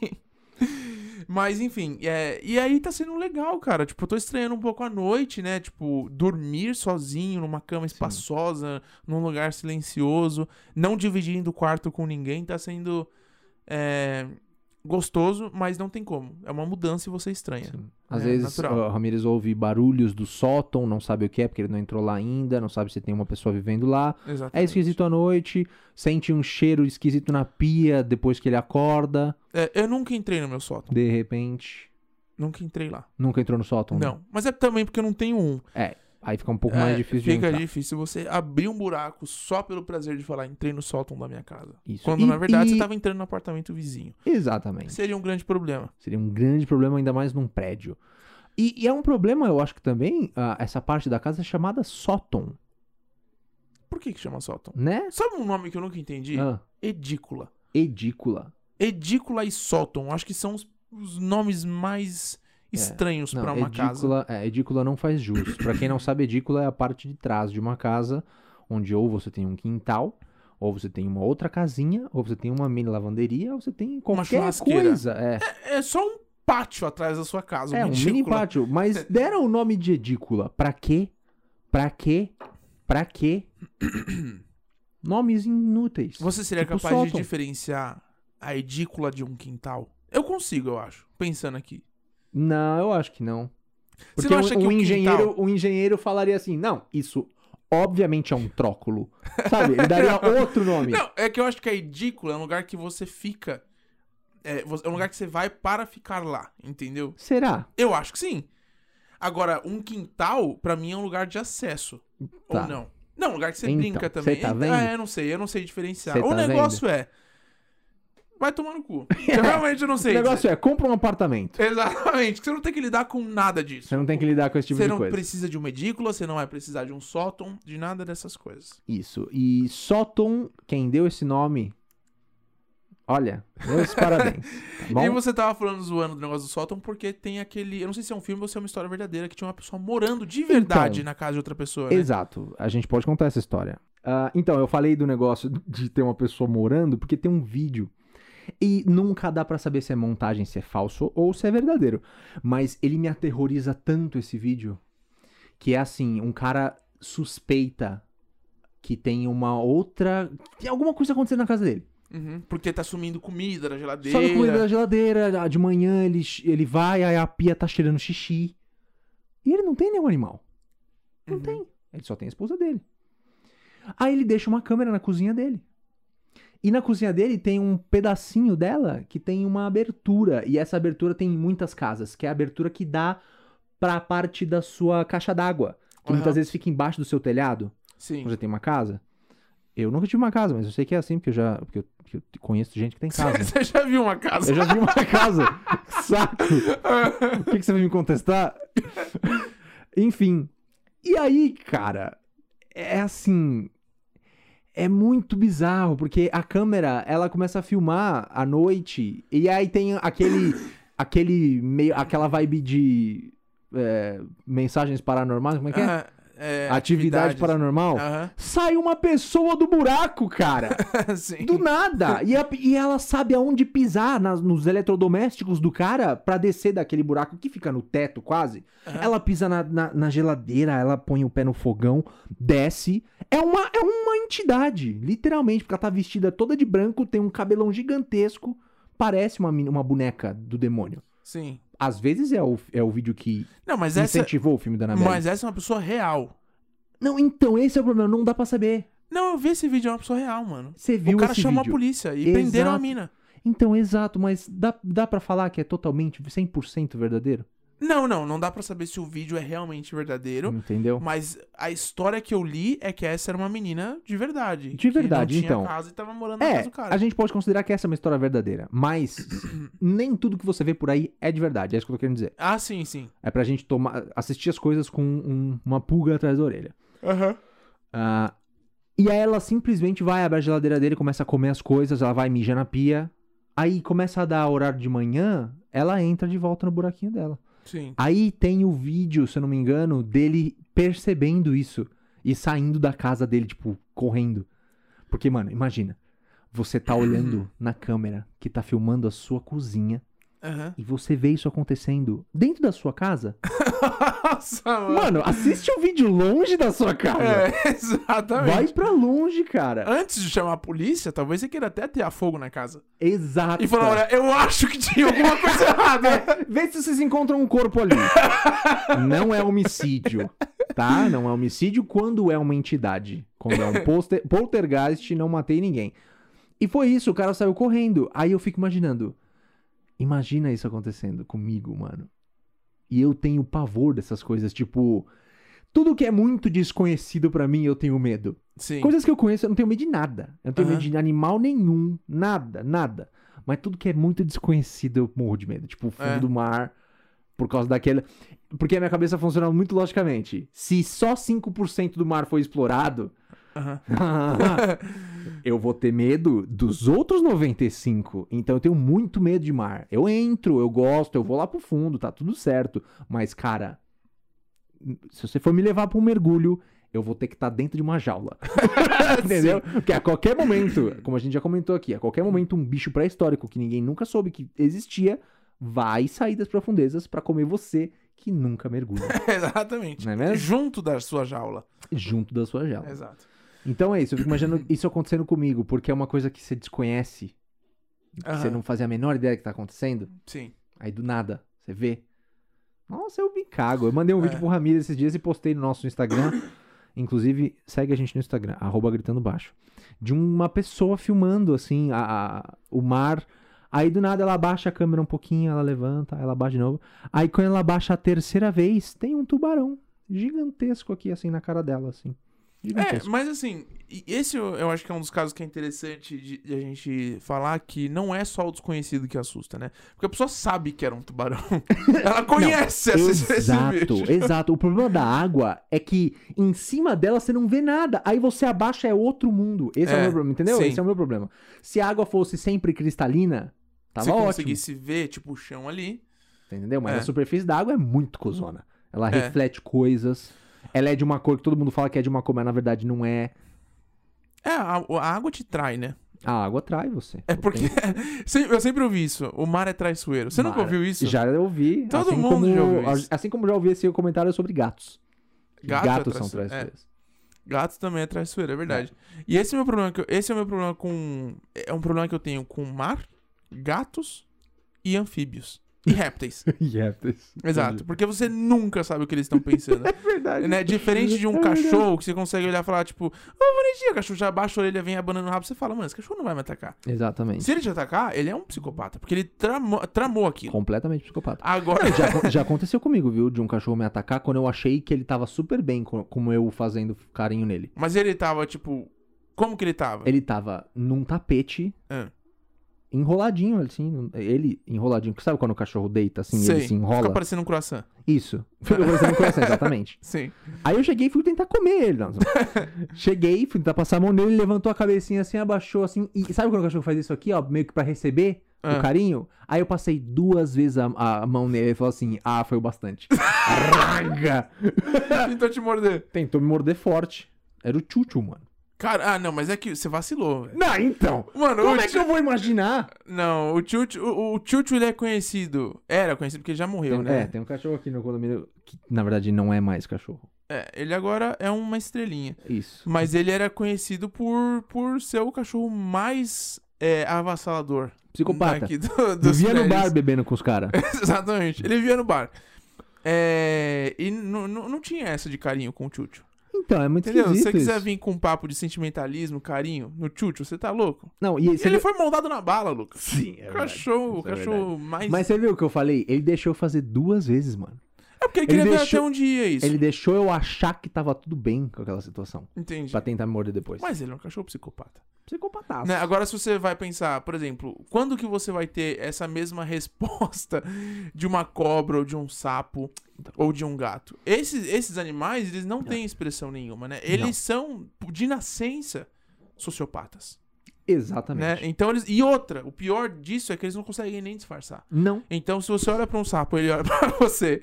Speaker 1: Mas enfim, é, e aí tá sendo legal, cara. Tipo, eu tô estranhando um pouco a noite, né? Tipo, dormir sozinho numa cama espaçosa, num lugar silencioso, não dividindo o quarto com ninguém, tá sendo é, gostoso, mas não tem como. É uma mudança e você estranha.
Speaker 2: Sim. assim, Às
Speaker 1: É,
Speaker 2: vezes
Speaker 1: natural.
Speaker 2: o Ramirez ouve barulhos do sótão, não sabe o que é, porque ele não entrou lá ainda, não sabe se tem uma pessoa vivendo lá.
Speaker 1: Exatamente.
Speaker 2: É esquisito à noite, sente um cheiro esquisito na pia depois que ele acorda,
Speaker 1: É, eu nunca entrei no meu sótão.
Speaker 2: de repente.
Speaker 1: Nunca entrei lá.
Speaker 2: Nunca entrou no sótão? né?
Speaker 1: Não. Mas é também porque eu não tenho um.
Speaker 2: Aí fica um pouco mais
Speaker 1: É,
Speaker 2: difícil de
Speaker 1: Fica
Speaker 2: entrar.
Speaker 1: difícil você abrir um buraco só pelo prazer de falar, entrei no sótão da minha casa.
Speaker 2: Isso.
Speaker 1: Quando
Speaker 2: E-
Speaker 1: na verdade
Speaker 2: e-
Speaker 1: você tá tava entrando no apartamento vizinho.
Speaker 2: Exatamente.
Speaker 1: Seria um grande problema.
Speaker 2: Seria um grande problema, ainda mais num prédio. E, e é um problema, eu acho que também, ah, essa parte da casa chamada sótão,
Speaker 1: Por que que chama sótão?
Speaker 2: né?
Speaker 1: Sabe um nome que eu nunca entendi?
Speaker 2: Ah,
Speaker 1: Edícula.
Speaker 2: edícula.
Speaker 1: Edícula e sótão, acho que são os, os nomes mais estranhos
Speaker 2: É. Não,
Speaker 1: pra uma casa.
Speaker 2: edícula, é, edícula não faz jus. Pra quem não sabe, edícula é a parte de trás de uma casa onde ou você tem um quintal, ou você tem uma outra casinha, ou você tem uma mini lavanderia, ou você tem qualquer
Speaker 1: churrasqueira.
Speaker 2: coisa. É,
Speaker 1: É só um pátio atrás da sua casa.
Speaker 2: é um
Speaker 1: edícula.
Speaker 2: mini pátio. Mas deram o nome de edícula. Pra quê? Pra quê? Pra quê? Nomes inúteis.
Speaker 1: Você seria
Speaker 2: Tipo
Speaker 1: capaz de
Speaker 2: sótão.
Speaker 1: diferenciar a edícula de um quintal? Eu consigo, eu acho. Pensando aqui.
Speaker 2: Não, eu acho que não.
Speaker 1: Você
Speaker 2: Porque
Speaker 1: não
Speaker 2: um-
Speaker 1: acha que
Speaker 2: um,
Speaker 1: um
Speaker 2: engenheiro, um engenheiro falaria assim, não, isso obviamente é um tróculo. Sabe? Ele daria outro nome.
Speaker 1: Não, é que eu acho que a edícula é um lugar que você fica. É, vo- é um lugar que você vai para ficar lá, entendeu?
Speaker 2: Será?
Speaker 1: Eu acho que sim. Agora, um quintal, pra mim, é um lugar de acesso.
Speaker 2: Tá.
Speaker 1: Ou não? Não, um lugar que você
Speaker 2: Então,
Speaker 1: brinca
Speaker 2: cê
Speaker 1: também.
Speaker 2: tá
Speaker 1: É,
Speaker 2: vendo?
Speaker 1: É, eu não sei, eu não sei diferenciar.
Speaker 2: Cê
Speaker 1: o
Speaker 2: tá
Speaker 1: negócio é. Vai tomar no cu. Eu realmente não
Speaker 2: O
Speaker 1: sei.
Speaker 2: negócio é, compra um apartamento.
Speaker 1: dizer. Exatamente, que você não tem que lidar com nada disso.
Speaker 2: Você não tem que lidar com esse tipo
Speaker 1: você
Speaker 2: de
Speaker 1: não
Speaker 2: coisa.
Speaker 1: precisa de uma edícula, você não vai precisar de um sótão, de nada dessas coisas.
Speaker 2: Isso. E Sóton, quem deu esse nome, olha, meus parabéns. Tá bom?
Speaker 1: E você tava falando zoando do negócio do sótão porque tem aquele. Eu não sei se é um filme ou se é uma história verdadeira que tinha uma pessoa morando de
Speaker 2: Então.
Speaker 1: verdade na casa de outra pessoa. Né?
Speaker 2: Exato. A gente pode contar essa história. Ah, então, eu falei do negócio de ter uma pessoa morando porque tem um vídeo. E nunca dá pra saber se é montagem, se é falso ou se é verdadeiro. Mas ele me aterroriza tanto esse vídeo que é assim, um cara suspeita que tem uma outra, tem alguma coisa acontecendo na casa dele.
Speaker 1: Uhum, porque tá sumindo comida da
Speaker 2: Só
Speaker 1: geladeira.
Speaker 2: na comida da geladeira, de manhã ele, ele vai, aí a pia tá cheirando xixi. E ele não tem nenhum animal. Não
Speaker 1: Uhum.
Speaker 2: tem. Ele só tem a esposa dele. Aí ele deixa uma câmera na cozinha dele. E na cozinha dele tem um pedacinho dela que tem uma abertura. E essa abertura tem em muitas casas, que é a abertura que dá pra parte da sua caixa d'água. Que
Speaker 1: Aham.
Speaker 2: muitas vezes fica embaixo do seu telhado,
Speaker 1: Sim.
Speaker 2: quando você tem uma casa. Eu nunca tive uma casa, mas eu sei que é assim, porque eu já porque eu, porque eu conheço gente que tem casa.
Speaker 1: Você já viu uma casa?
Speaker 2: Eu já vi uma casa. Que Saco! O que, que você vai me contestar? Enfim. E aí, cara, é assim. É muito bizarro, porque a câmera, ela começa a filmar à noite, e aí tem aquele. aquele meio. aquela vibe de. é, mensagens paranormais, como é que é?
Speaker 1: Ah, é,
Speaker 2: Atividade
Speaker 1: atividades. Ah.
Speaker 2: paranormal.
Speaker 1: Aham.
Speaker 2: Sai uma pessoa do buraco, cara!
Speaker 1: Sim.
Speaker 2: Do nada! E, a- e ela sabe aonde pisar nas- nos eletrodomésticos do cara pra descer daquele buraco que fica no teto, quase.
Speaker 1: Aham.
Speaker 2: Ela pisa na, na- na geladeira, ela põe o pé no fogão, desce. É uma, é uma entidade, literalmente, porque ela tá vestida toda de branco, tem um cabelão gigantesco, parece uma, meni- uma boneca do demônio.
Speaker 1: Sim.
Speaker 2: Às vezes é o, é o vídeo que
Speaker 1: Não, mas essa,
Speaker 2: incentivou o filme da Annabelle.
Speaker 1: mas essa é uma pessoa real.
Speaker 2: Não, então, esse é o problema, não dá pra saber.
Speaker 1: Não, eu vi esse vídeo, é uma pessoa real, mano.
Speaker 2: Você viu
Speaker 1: o cara
Speaker 2: esse
Speaker 1: chamou
Speaker 2: vídeo.
Speaker 1: a polícia e
Speaker 2: Exato.
Speaker 1: prenderam a mina.
Speaker 2: Então, exato, mas dá, dá para falar que é totalmente 100% verdadeiro?
Speaker 1: Não, não, não dá pra saber se o vídeo é realmente verdadeiro.
Speaker 2: Entendeu?
Speaker 1: Mas a história que eu li é que essa era uma menina de verdade.
Speaker 2: De
Speaker 1: que
Speaker 2: verdade,
Speaker 1: não tinha
Speaker 2: então.
Speaker 1: casa e tava morando na
Speaker 2: É,
Speaker 1: casa do cara.
Speaker 2: a gente pode considerar que essa é uma história verdadeira, mas nem tudo que você vê por aí é de verdade, é isso que eu tô querendo dizer.
Speaker 1: Ah, sim, sim.
Speaker 2: É pra gente tomar, assistir as coisas com um- uma pulga atrás da orelha.
Speaker 1: Aham.
Speaker 2: Ah, e aí ela simplesmente vai abrir a geladeira dele, começa a comer as coisas, ela vai mijar na pia, aí começa a dar horário de manhã, ela entra de volta no buraquinho dela.
Speaker 1: Sim.
Speaker 2: Aí tem o vídeo, se eu não me engano, dele percebendo isso e saindo da casa dele, tipo, correndo. Porque, mano, imagina. Você tá
Speaker 1: Uhum.
Speaker 2: olhando na câmera que tá filmando a sua cozinha
Speaker 1: Aham.
Speaker 2: e você vê isso acontecendo dentro da sua casa.
Speaker 1: Nossa, mano.
Speaker 2: Mano, assiste o vídeo longe da sua casa.
Speaker 1: Ah. É, exatamente.
Speaker 2: Vai pra longe, cara.
Speaker 1: Antes de chamar a polícia, talvez você queira até ter fogo na casa.
Speaker 2: Exato.
Speaker 1: E falar, olha, eu acho que tinha alguma coisa errada.
Speaker 2: Vê se vocês encontram um corpo ali. Não é homicídio, tá? Não é homicídio quando é uma entidade. Quando é um poster, poltergeist, não matei ninguém. E foi isso, o cara saiu correndo. Aí eu fico imaginando. Imagina isso acontecendo comigo, mano. E eu tenho pavor dessas coisas, tipo. Tudo que é muito desconhecido pra mim, eu tenho medo.
Speaker 1: Sim.
Speaker 2: Coisas que eu conheço, eu não tenho medo de nada. Eu não tenho
Speaker 1: Aham.
Speaker 2: medo de animal nenhum. Nada, nada. Mas tudo que é muito desconhecido, eu morro de medo. Tipo, o fundo
Speaker 1: É.
Speaker 2: do mar, por causa daquela. Porque a minha cabeça funciona muito logicamente. Se só 5% do mar foi explorado,
Speaker 1: Aham.
Speaker 2: eu vou ter medo dos outros 95%. Então eu tenho muito medo de mar. Eu entro, eu gosto, eu vou lá pro fundo, tá tudo certo. Mas, cara, se você for me levar pra um mergulho, eu vou ter que estar dentro de uma jaula. Ah, Entendeu? Porque a qualquer momento, como a gente já comentou aqui, a qualquer momento um bicho pré-histórico que ninguém nunca soube que existia vai sair das profundezas pra comer você que nunca mergulha,
Speaker 1: Exatamente.
Speaker 2: não é mesmo? Tá
Speaker 1: Junto da sua jaula.
Speaker 2: Junto da sua jaula.
Speaker 1: Exato.
Speaker 2: Então é isso, eu fico imaginando isso acontecendo comigo, porque é uma coisa que você desconhece, que
Speaker 1: Aham.
Speaker 2: você não fazia a menor ideia que tá acontecendo,
Speaker 1: Sim.
Speaker 2: aí do nada você vê. Nossa, eu me cago. Eu mandei um vídeo
Speaker 1: É.
Speaker 2: pro Ramiro esses dias e postei no nosso Instagram. Inclusive, segue a gente no Instagram, arroba gritando baixo. De uma pessoa filmando, assim, a, a- o mar. Aí do nada ela abaixa a câmera um pouquinho, ela levanta, ela abaixa de novo. Aí quando ela abaixa a terceira vez, tem um tubarão gigantesco aqui, assim, na cara dela, assim.
Speaker 1: É,
Speaker 2: Gigantesco.
Speaker 1: mas assim, e- esse eu, eu acho que é um dos casos que é interessante de, de a gente falar que não é só o desconhecido que assusta, né? Porque a pessoa sabe que era um tubarão. Ela conhece essa, esse- esse
Speaker 2: Exato,
Speaker 1: bicho.
Speaker 2: exato. O problema da água é que em cima dela você não vê nada. Aí você abaixa é outro mundo. Esse é, o
Speaker 1: É,
Speaker 2: meu problema, entendeu?
Speaker 1: sim.
Speaker 2: Esse é o meu problema. Se a água fosse sempre cristalina, tava
Speaker 1: Se
Speaker 2: ótimo.
Speaker 1: conseguisse ver, tipo, o chão ali.
Speaker 2: Entendeu? Mas
Speaker 1: É.
Speaker 2: a superfície da água é muito cozona. Ela
Speaker 1: É.
Speaker 2: reflete coisas. Ela é de uma cor que todo mundo fala que é de uma cor, mas na verdade não é.
Speaker 1: É, a, a água te trai, né?
Speaker 2: A água atrai você.
Speaker 1: É porque. Sem- eu sempre ouvi isso. O mar é traiçoeiro. Você nunca
Speaker 2: Mara.
Speaker 1: ouviu isso?
Speaker 2: Já ouvi.
Speaker 1: Todo
Speaker 2: assim
Speaker 1: mundo
Speaker 2: como,
Speaker 1: já ouviu isso.
Speaker 2: Assim como já ouvi esse comentário sobre gatos.
Speaker 1: Gato é
Speaker 2: gatos são
Speaker 1: traiçoeiro, é.
Speaker 2: traiçoeiros.
Speaker 1: Gato também é traiçoeiro, é verdade. E esse é o meu problema. que eu- esse é o meu problema com. É um problema que eu tenho com mar, gatos e anfíbios. E répteis.
Speaker 2: Yeah, isso.
Speaker 1: Exato. Porque você nunca sabe o que eles estão pensando.
Speaker 2: É verdade.
Speaker 1: né? Diferente de um
Speaker 2: É verdade.
Speaker 1: cachorro que você consegue olhar e falar, tipo, ô, bonitinho, o cachorro já abaixa a orelha, vem abanando o rabo, você fala, mano, esse cachorro não vai me atacar.
Speaker 2: Exatamente.
Speaker 1: Se ele te atacar, ele é um psicopata, porque ele tramou, tramou aquilo.
Speaker 2: Completamente psicopata.
Speaker 1: Agora.
Speaker 2: Já, acon- já aconteceu comigo, viu? De um cachorro me atacar quando eu achei que ele tava super bem com, com eu fazendo carinho nele.
Speaker 1: Mas ele tava, tipo, Como que ele tava?
Speaker 2: Ele tava num tapete,
Speaker 1: Ah.
Speaker 2: enroladinho, assim. Ele enroladinho. Sabe quando o cachorro deita assim, ele se
Speaker 1: Fica
Speaker 2: enrola?
Speaker 1: parecendo um croissant.
Speaker 2: Isso. Fica parecendo um coração, exatamente.
Speaker 1: Sim.
Speaker 2: Aí eu cheguei e fui tentar comer ele. Não, cheguei, fui tentar passar a mão nele, ele levantou a cabecinha assim, abaixou assim. E sabe quando o cachorro faz isso aqui, ó? Meio que pra receber
Speaker 1: Ah.
Speaker 2: o carinho? Aí eu passei duas vezes a, a mão nele e falou assim: ah, foi o bastante. Raga!
Speaker 1: Tentou Então te morder.
Speaker 2: Tentou me morder forte. Era o Chuchu, mano.
Speaker 1: Cara, ah, não, mas é que você vacilou. velho.
Speaker 2: Não, então.
Speaker 1: Mano,
Speaker 2: Como
Speaker 1: o
Speaker 2: é que eu vou imaginar?
Speaker 1: Não, o Chuchu, o, o Chuchu ele é conhecido. Era conhecido porque ele já morreu,
Speaker 2: Tem- É,
Speaker 1: né?
Speaker 2: tem um cachorro aqui no condomínio que, na verdade, não é mais cachorro.
Speaker 1: É, ele agora é uma estrelinha.
Speaker 2: Isso.
Speaker 1: Mas ele era conhecido por, por ser o cachorro mais é, avassalador.
Speaker 2: Psicopata.
Speaker 1: daqui do, dos
Speaker 2: Vivia no
Speaker 1: prédios.
Speaker 2: bar bebendo com os caras.
Speaker 1: Exatamente. Ele vivia no bar. É, e nu- nu- não tinha essa de carinho com o Chucho.
Speaker 2: Então, é muito
Speaker 1: Entendeu? Se
Speaker 2: esquisito
Speaker 1: você quiser
Speaker 2: isso.
Speaker 1: vir com um papo de sentimentalismo, carinho, no Chucho, você tá louco?
Speaker 2: Não, e você
Speaker 1: Ele
Speaker 2: viu...
Speaker 1: foi moldado na bala, Lucas.
Speaker 2: Sim, é verdade.
Speaker 1: cachorro, o
Speaker 2: Isso é
Speaker 1: cachorro mais.
Speaker 2: Mas você viu o que eu falei? Ele deixou eu fazer duas vezes, mano.
Speaker 1: É porque ele
Speaker 2: ele
Speaker 1: queria ver
Speaker 2: deixou-
Speaker 1: até um dia isso.
Speaker 2: Ele deixou eu achar que tava tudo bem com aquela situação.
Speaker 1: Entendi.
Speaker 2: Pra Ah, tentar me morder depois.
Speaker 1: Mas ele é um cachorro psicopata.
Speaker 2: Psicopataço.
Speaker 1: Né, Agora, se você vai pensar, por exemplo, quando que você vai ter essa mesma resposta de uma cobra ou de um sapo
Speaker 2: Então.
Speaker 1: ou de um gato? Esses, esses animais, eles não têm expressão nenhuma, né? Eles
Speaker 2: Não.
Speaker 1: são, de nascença, sociopatas, né?
Speaker 2: Exatamente.
Speaker 1: Então eles... E outra, o pior disso é que eles não conseguem nem disfarçar.
Speaker 2: Não.
Speaker 1: Então, se você olha pra um sapo ele olha pra você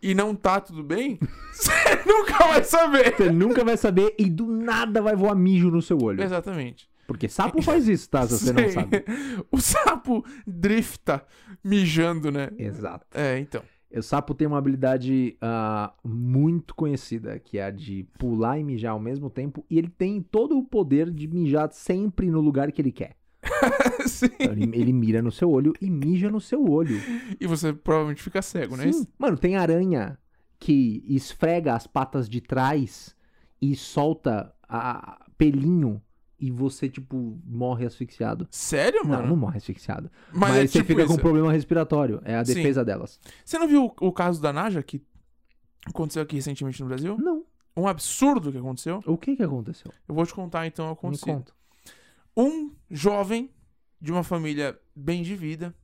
Speaker 1: e não tá tudo bem, você nunca vai saber.
Speaker 2: Você nunca vai saber e do nada vai voar mijo no seu olho.
Speaker 1: Exatamente.
Speaker 2: Porque sapo faz isso, tá? Se você não
Speaker 1: Sim.
Speaker 2: sabe.
Speaker 1: O sapo drifta mijando, né?
Speaker 2: Exato.
Speaker 1: É, então.
Speaker 2: O sapo tem uma habilidade ah, muito conhecida, que é a de pular e mijar ao mesmo tempo, e ele tem todo o poder de mijar sempre no lugar que ele quer.
Speaker 1: Sim.
Speaker 2: Então, ele, ele mira no seu olho e mija no seu olho.
Speaker 1: E você provavelmente fica cego, né?
Speaker 2: Sim. Mano, tem aranha que esfrega as patas de trás e solta a, pelinho e você, tipo, morre asfixiado.
Speaker 1: Sério,
Speaker 2: Não,
Speaker 1: mano?
Speaker 2: não morre asfixiado.
Speaker 1: Mas,
Speaker 2: Mas,
Speaker 1: é
Speaker 2: você
Speaker 1: tipo
Speaker 2: fica
Speaker 1: isso.
Speaker 2: com problema respiratório. É a
Speaker 1: Sim.
Speaker 2: defesa delas.
Speaker 1: Você não viu o, o caso da Naja que aconteceu aqui recentemente no Brasil?
Speaker 2: Não.
Speaker 1: Um absurdo que aconteceu.
Speaker 2: O que que aconteceu?
Speaker 1: Eu vou te contar então o
Speaker 2: Me
Speaker 1: acontecido.
Speaker 2: conta.
Speaker 1: Um jovem de uma família bem de vida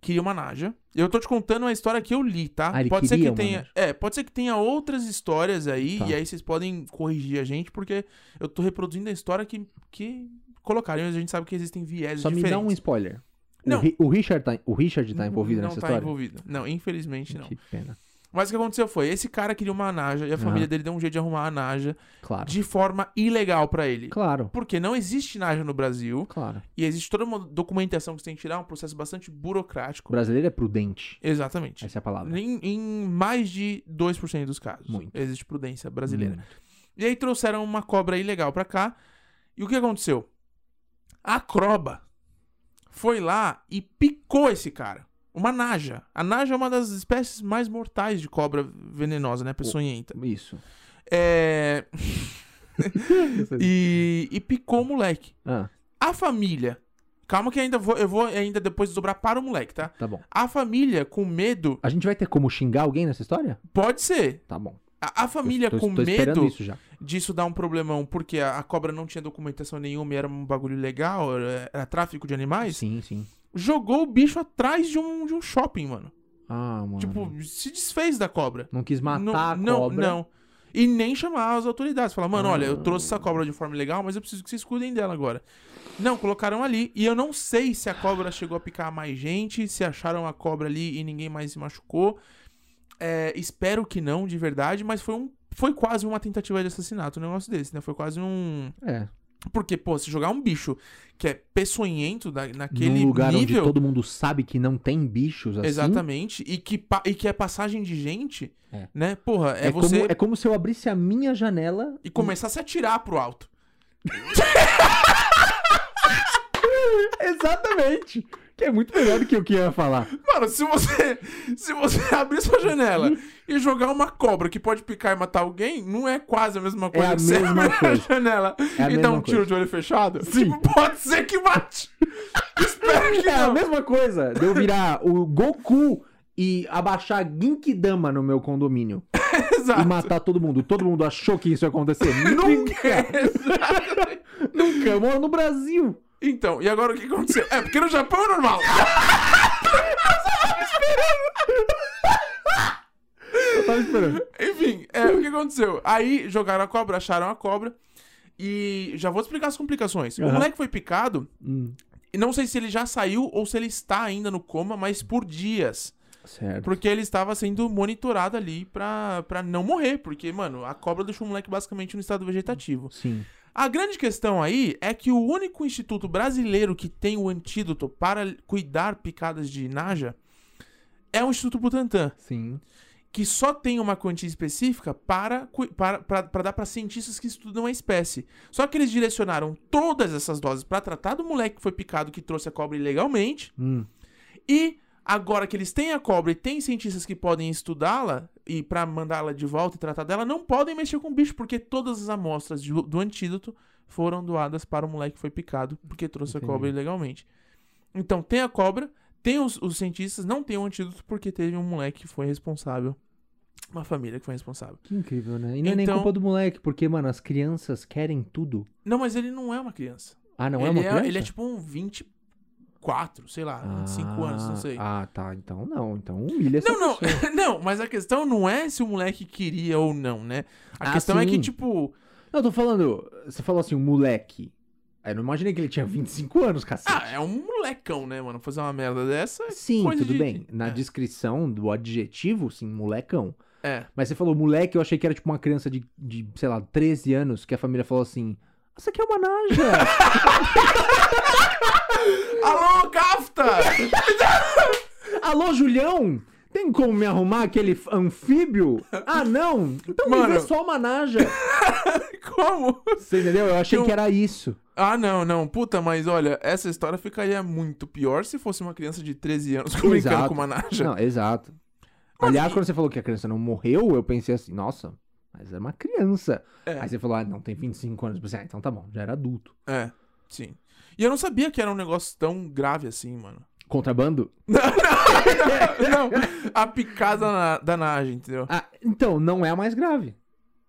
Speaker 1: queria uma Naja. Eu tô te contando uma história que eu li, tá?
Speaker 2: Ah, ele
Speaker 1: pode ser que
Speaker 2: queria uma
Speaker 1: tenha,
Speaker 2: Naja.
Speaker 1: é, pode ser que tenha outras histórias aí
Speaker 2: Tá.
Speaker 1: e aí vocês podem corrigir a gente porque eu tô reproduzindo a história que que colocaram, mas a gente sabe que existem viés
Speaker 2: Só me
Speaker 1: diferentes.
Speaker 2: dá um spoiler.
Speaker 1: É Não.
Speaker 2: O, Ri- o Richard tá, o Richard tá envolvido
Speaker 1: não
Speaker 2: nessa
Speaker 1: tá
Speaker 2: história?
Speaker 1: envolvido. Não, infelizmente não.
Speaker 2: Que pena.
Speaker 1: Mas o que aconteceu foi, esse cara queria uma Naja e a família
Speaker 2: Aham. Tá.
Speaker 1: dele deu um jeito de arrumar a Naja
Speaker 2: Claro.
Speaker 1: de forma ilegal pra ele.
Speaker 2: Claro,
Speaker 1: Porque não existe Naja no Brasil
Speaker 2: claro.
Speaker 1: e existe toda uma documentação que você tem que tirar, um processo bastante
Speaker 2: O
Speaker 1: burocrático.
Speaker 2: brasileiro é prudente.
Speaker 1: Exatamente.
Speaker 2: Essa é a palavra.
Speaker 1: Em, em mais de 2% dos casos.
Speaker 2: Muito.
Speaker 1: Existe prudência brasileira.
Speaker 2: Hum.
Speaker 1: E aí trouxeram uma cobra ilegal pra cá. E o que aconteceu? A croba foi lá e picou esse cara. Uma naja. A naja é uma das espécies mais mortais de cobra venenosa, né? Peçonhenta.
Speaker 2: Hum. Isso.
Speaker 1: É... E, e picou o moleque.
Speaker 2: Ah,
Speaker 1: A família... Calma que ainda vou, eu vou ainda depois dobrar para o moleque, tá?
Speaker 2: tá bom.
Speaker 1: A família com medo...
Speaker 2: A gente vai ter como xingar alguém nessa história?
Speaker 1: Pode ser.
Speaker 2: Tá bom.
Speaker 1: A, a
Speaker 2: Eu
Speaker 1: família
Speaker 2: tô,
Speaker 1: com
Speaker 2: tô esperando
Speaker 1: medo
Speaker 2: isso já.
Speaker 1: disso dar um problemão, porque a, a cobra não tinha documentação nenhuma e era um bagulho legal, era, era tráfico de animais,
Speaker 2: Sim, sim.
Speaker 1: jogou o bicho atrás de um, de um shopping, mano.
Speaker 2: Ah, mano.
Speaker 1: Tipo, se desfez da cobra.
Speaker 2: não quis matar
Speaker 1: não,
Speaker 2: a
Speaker 1: não,
Speaker 2: cobra.
Speaker 1: não. E nem chamar as autoridades. Falar, mano, olha, eu
Speaker 2: Ah.
Speaker 1: trouxe essa cobra de forma legal, mas eu preciso que vocês cuidem dela agora. Não, colocaram ali. E eu não sei se a cobra chegou a picar mais gente, se acharam a cobra ali e ninguém mais se machucou. É, espero que não, de verdade, mas foi um. Foi quase uma tentativa de assassinato, um negócio desse, né? Foi quase um.
Speaker 2: É.
Speaker 1: Porque, pô, se jogar um bicho que é peçonhento na, naquele
Speaker 2: Num lugar onde
Speaker 1: nível.
Speaker 2: todo mundo sabe que não tem bichos assim.
Speaker 1: Exatamente. E que, pa- e que é passagem de gente,
Speaker 2: É.
Speaker 1: né? Porra, é,
Speaker 2: É,
Speaker 1: você
Speaker 2: como, é como se eu abrisse a minha janela
Speaker 1: e começar a se atirar pro alto.
Speaker 2: Exatamente. Que é muito melhor do que o que eu ia falar.
Speaker 1: Mano, se você se você abrir sua janela e jogar uma cobra que pode picar e matar alguém, não é quase a mesma coisa
Speaker 2: a
Speaker 1: que você
Speaker 2: mesma
Speaker 1: abrir
Speaker 2: coisa.
Speaker 1: a janela
Speaker 2: É a
Speaker 1: e dar
Speaker 2: mesma
Speaker 1: um tiro
Speaker 2: coisa.
Speaker 1: de olho fechado.
Speaker 2: Sim.
Speaker 1: Tipo, pode ser que mate. Espero que
Speaker 2: É a
Speaker 1: não.
Speaker 2: mesma coisa de eu virar o Goku e abaixar Ginkidama no meu condomínio
Speaker 1: Exato.
Speaker 2: e matar todo mundo. Todo mundo achou que isso ia acontecer. Nunca!
Speaker 1: Exato.
Speaker 2: Nunca, eu moro no Brasil.
Speaker 1: Então, e agora o que aconteceu? É, porque no Japão é normal.
Speaker 2: Eu tava esperando.
Speaker 1: Enfim, é, o que aconteceu? Aí jogaram a cobra, acharam a cobra. E já vou explicar as complicações. O
Speaker 2: Aham.
Speaker 1: moleque foi picado,
Speaker 2: Hum,
Speaker 1: e não sei se ele já saiu ou se ele está ainda no coma, mas por dias.
Speaker 2: certo.
Speaker 1: Porque ele estava sendo monitorado ali pra, pra não morrer. Porque, mano, a cobra deixou o moleque basicamente no estado vegetativo.
Speaker 2: Sim.
Speaker 1: A grande questão aí é que o único instituto brasileiro que tem o antídoto para cuidar picadas de naja é o Instituto Butantan,
Speaker 2: Sim.
Speaker 1: que só tem uma quantia específica para, cui- para, para, para dar para cientistas que estudam a espécie. Só que eles direcionaram todas essas doses para tratar do moleque que foi picado que trouxe a cobra ilegalmente.
Speaker 2: Hum,
Speaker 1: E agora que eles têm a cobra e tem cientistas que podem estudá-la e pra mandá-la de volta e tratar dela, não podem mexer com o bicho, porque todas as amostras de- do antídoto foram doadas para o moleque que foi picado, porque trouxe
Speaker 2: Entendi.
Speaker 1: a cobra ilegalmente. Então tem a cobra, tem os, os cientistas, não tem o antídoto, porque teve um moleque que foi responsável. Uma família que foi responsável.
Speaker 2: que incrível, né? E não é nem
Speaker 1: Então-
Speaker 2: culpa do moleque, porque, mano, as crianças querem tudo.
Speaker 1: Não, mas ele não é uma criança.
Speaker 2: Ah, não é
Speaker 1: ele,
Speaker 2: uma criança?
Speaker 1: ele é tipo um 24, sei lá, 25 anos, não sei.
Speaker 2: Ah, tá. Então não. Então humilha essa
Speaker 1: Não, não,
Speaker 2: pessoa.
Speaker 1: não, mas a questão não é se o moleque queria ou não, né? A
Speaker 2: Ah,
Speaker 1: questão é que,
Speaker 2: sim.
Speaker 1: tipo.
Speaker 2: Não, eu tô falando. Você falou assim, um moleque. Aí eu não imaginei que ele tinha 25 anos, cacete.
Speaker 1: Ah, é um molecão, né, mano? Fazer uma merda dessa.
Speaker 2: Sim,
Speaker 1: coisa
Speaker 2: tudo
Speaker 1: de-
Speaker 2: bem. Na
Speaker 1: é.
Speaker 2: descrição do adjetivo, sim, molecão.
Speaker 1: É.
Speaker 2: Mas você falou moleque, eu achei que era tipo uma criança de, de sei lá, 13 anos, que a família falou assim: Essa aqui é uma naja.
Speaker 1: Alô, Kafta!
Speaker 2: Alô, Julião! Tem como me arrumar aquele f- anfíbio? Ah, não! Então me
Speaker 1: Mano.
Speaker 2: vê só uma naja.
Speaker 1: Como?
Speaker 2: Você entendeu? Eu achei
Speaker 1: Eu-
Speaker 2: que era isso.
Speaker 1: Ah, não, não. Puta, mas olha, essa história ficaria muito pior se fosse uma criança de 13 anos comunicando
Speaker 2: Exato.
Speaker 1: com uma naja.
Speaker 2: Não, exato. Aliás, quando você falou que a criança não morreu, eu pensei assim, nossa, mas era uma criança.
Speaker 1: É.
Speaker 2: Aí você falou, ah, não, tem 25 anos. Eu pensei, ah, então tá bom, já era adulto.
Speaker 1: É, sim. E eu não sabia que era um negócio tão grave assim, mano.
Speaker 2: Contrabando?
Speaker 1: Não, a picada na- da naja, entendeu?
Speaker 2: Ah, então, não é a mais grave.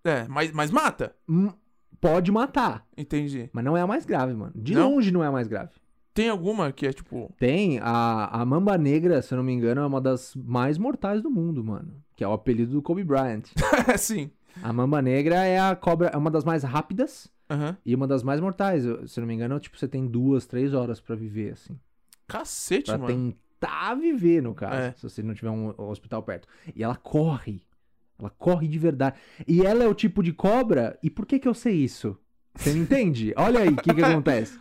Speaker 1: É, mas, mas mata.
Speaker 2: Hum, pode matar,
Speaker 1: Entendi.
Speaker 2: mas não é a mais grave, mano. De
Speaker 1: Não?
Speaker 2: longe não é a mais grave.
Speaker 1: Tem alguma que é tipo.
Speaker 2: Tem a, a Mamba Negra, se eu não me engano, é uma das mais mortais do mundo, mano. Que é o apelido do Kobe Bryant.
Speaker 1: É, sim.
Speaker 2: A Mamba Negra é a cobra, é uma das mais rápidas
Speaker 1: Aham.
Speaker 2: e uma das mais mortais. Eu- Se eu não me engano, tipo, você tem duas, três horas pra viver, assim.
Speaker 1: Cacete,
Speaker 2: Pra
Speaker 1: mano.
Speaker 2: tentar viver, no caso,
Speaker 1: É.
Speaker 2: se você não tiver um hospital perto. E ela corre. Ela corre de verdade. E ela é o tipo de cobra. E por que que eu sei isso? Você me entende? Olha aí o que que acontece.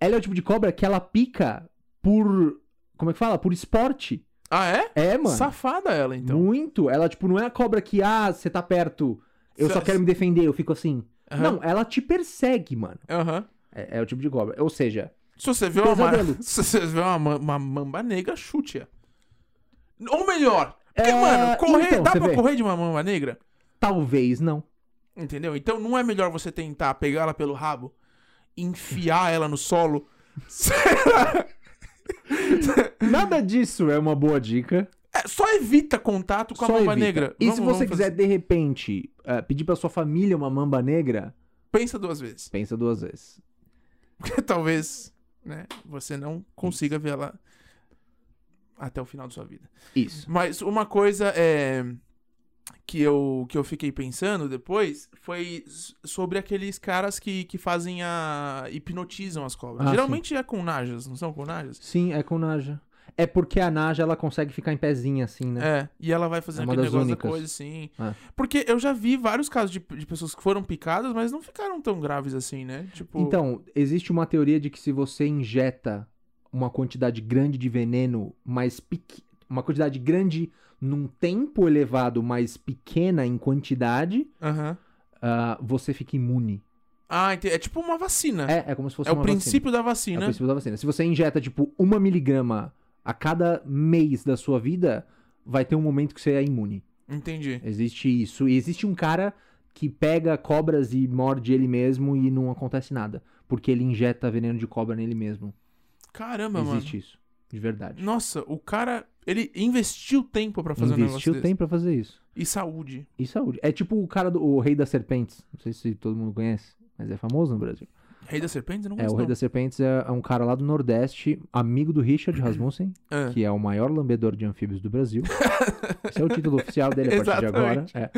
Speaker 2: Ela é o tipo de cobra que ela pica por. Como é que fala? Por esporte.
Speaker 1: Ah, é?
Speaker 2: É, mano.
Speaker 1: Safada ela, então.
Speaker 2: Muito. Ela, tipo, não é a cobra que, ah, você tá perto. Eu
Speaker 1: Cê-
Speaker 2: só quero me defender. Eu fico assim.
Speaker 1: Aham.
Speaker 2: Não, ela te persegue, mano.
Speaker 1: Aham.
Speaker 2: É, é o tipo de cobra. Ou seja,
Speaker 1: Se você vê uma, ma-
Speaker 2: Pesadelo.
Speaker 1: Se você vê uma, ma- uma mamba negra, chute-a. Ou melhor, porque,
Speaker 2: É,
Speaker 1: mano, correr,
Speaker 2: então,
Speaker 1: dá
Speaker 2: você
Speaker 1: pra
Speaker 2: vê.
Speaker 1: correr de uma mamba negra?
Speaker 2: talvez não.
Speaker 1: Entendeu? Então não é melhor você tentar pegar ela pelo rabo, enfiar ela no solo.
Speaker 2: Nada disso é uma boa dica.
Speaker 1: É, só evita contato com a
Speaker 2: Só
Speaker 1: mamba
Speaker 2: evita.
Speaker 1: negra.
Speaker 2: E
Speaker 1: Vamos-
Speaker 2: se
Speaker 1: vamos
Speaker 2: você quiser,
Speaker 1: fazer-
Speaker 2: de repente, eh, pedir pra sua família uma mamba negra,
Speaker 1: Pensa duas vezes.
Speaker 2: pensa duas vezes.
Speaker 1: Porque talvez, né, você não consiga ver ela até o final da sua vida.
Speaker 2: Isso.
Speaker 1: Mas uma coisa é, que, eu, que eu fiquei pensando depois foi s- sobre aqueles caras que, que fazem a. hipnotizam as cobras.
Speaker 2: Ah,
Speaker 1: Geralmente é com najas, não são com najas?
Speaker 2: Sim, é com Naja. É porque a Naja, ela consegue ficar em pezinha, assim, né?
Speaker 1: É, e ela vai fazendo
Speaker 2: É uma
Speaker 1: aquele
Speaker 2: das
Speaker 1: negócio da
Speaker 2: únicas.
Speaker 1: coisa assim.
Speaker 2: É.
Speaker 1: Porque eu já vi vários casos de, de pessoas que foram picadas, mas não ficaram tão graves assim, né? Tipo.
Speaker 2: Então, existe uma teoria de que se você injeta uma quantidade grande de veneno, mas pequ- uma quantidade grande num tempo elevado, mas pequena em quantidade,
Speaker 1: aham.
Speaker 2: ah, você fica imune.
Speaker 1: Ah, ente- é tipo uma vacina. É,
Speaker 2: É, é como se fosse
Speaker 1: o
Speaker 2: uma vacina.
Speaker 1: princípio da
Speaker 2: É o
Speaker 1: vacina.
Speaker 2: princípio da vacina. Se você injeta, tipo, uma miligrama a cada mês da sua vida, vai ter um momento que você é imune.
Speaker 1: Entendi.
Speaker 2: Existe isso. E existe um cara que pega cobras e morde ele mesmo e não acontece nada. Porque ele injeta veneno de cobra nele mesmo.
Speaker 1: Caramba,
Speaker 2: existe isso. De verdade.
Speaker 1: mano. Nossa, o cara. Ele investiu tempo pra fazer um negócio
Speaker 2: Investiu
Speaker 1: desse.
Speaker 2: tempo pra fazer isso.
Speaker 1: E saúde.
Speaker 2: E saúde. É tipo o cara do o Rei das Serpentes. Não sei se todo mundo conhece, mas é famoso no Brasil.
Speaker 1: Rei das Serpentes? Eu não
Speaker 2: É,
Speaker 1: gosto,
Speaker 2: o Rei
Speaker 1: não.
Speaker 2: das Serpentes é, é um cara lá do Nordeste, amigo do Richard Rasmussen,
Speaker 1: Ah.
Speaker 2: que é o maior lambedor de anfíbios do Brasil. Esse é o título oficial dele a partir de agora.
Speaker 1: Exatamente.
Speaker 2: é.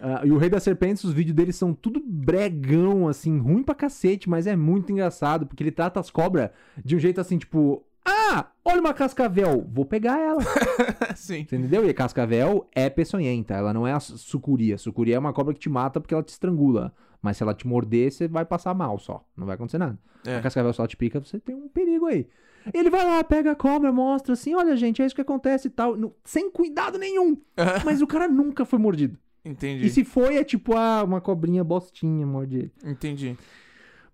Speaker 2: Ah, e o Rei das Serpentes, os vídeos dele são tudo bregão, assim, ruim pra cacete, mas é muito engraçado, porque ele trata as cobras de um jeito assim, tipo... Ah, olha uma cascavel, vou pegar ela.
Speaker 1: Sim.
Speaker 2: Você Entendeu? E a cascavel é peçonhenta, ela não é a su- sucuri. A sucuri é uma cobra que te mata porque ela te estrangula. Mas se ela te morder, você vai passar mal só. Não vai acontecer nada.
Speaker 1: É.
Speaker 2: A cascavel só te pica, você tem um perigo aí. Ele vai lá, pega a cobra, mostra assim, olha gente, é isso que acontece e tal. no- sem cuidado nenhum. Mas o cara nunca foi mordido.
Speaker 1: Ah, Entendi.
Speaker 2: E se foi, é tipo, ah, uma cobrinha bostinha morde ele.
Speaker 1: Entendi.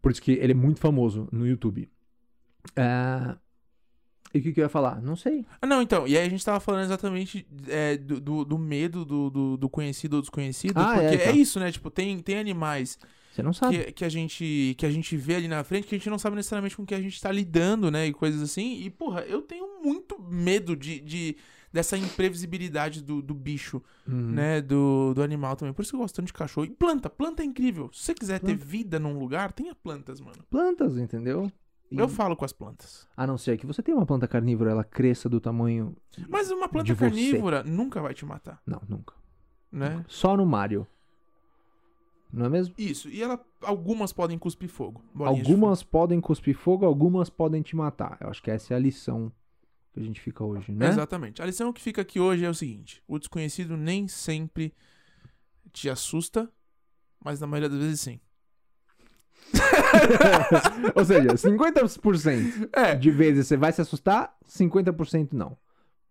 Speaker 2: Por isso que ele é muito famoso no YouTube. Ah, E o que, que eu ia falar? Não sei.
Speaker 1: Ah, não, então. E aí a gente tava falando exatamente é, do, do, do medo do, do, do conhecido ou desconhecido.
Speaker 2: Ah, é,
Speaker 1: porque é,
Speaker 2: então.
Speaker 1: isso, né? Tipo, tem, tem animais
Speaker 2: Você não sabe.
Speaker 1: que, que, a gente, que a gente vê ali na frente que a gente não sabe necessariamente com que a gente tá lidando, né? E coisas assim. E, porra, eu tenho muito medo de, de, dessa imprevisibilidade do, do bicho,
Speaker 2: Uhum.
Speaker 1: né? Do, do animal também. Por isso que eu gosto tanto de cachorro. E planta, planta é incrível. Se você quiser ter
Speaker 2: Planta.
Speaker 1: vida num lugar, tenha plantas, mano.
Speaker 2: Plantas, entendeu? E-
Speaker 1: Eu falo com as plantas.
Speaker 2: A não ser que você tenha uma planta carnívora, ela cresça do tamanho.
Speaker 1: Mas uma planta
Speaker 2: De você.
Speaker 1: carnívora nunca vai te matar,
Speaker 2: Não, nunca.
Speaker 1: né?
Speaker 2: Só no Mario. Não é mesmo?
Speaker 1: Isso, e ela, algumas podem cuspir fogo. bolinhas de
Speaker 2: algumas podem cuspir fogo, algumas podem te matar. Eu acho que essa é a lição que a gente fica hoje,
Speaker 1: fogo.
Speaker 2: né?
Speaker 1: Exatamente. A lição que fica aqui hoje é o seguinte: o desconhecido nem sempre te assusta, mas na maioria das vezes sim.
Speaker 2: Ou seja, 50%
Speaker 1: É.
Speaker 2: de vezes você vai se assustar, 50% não.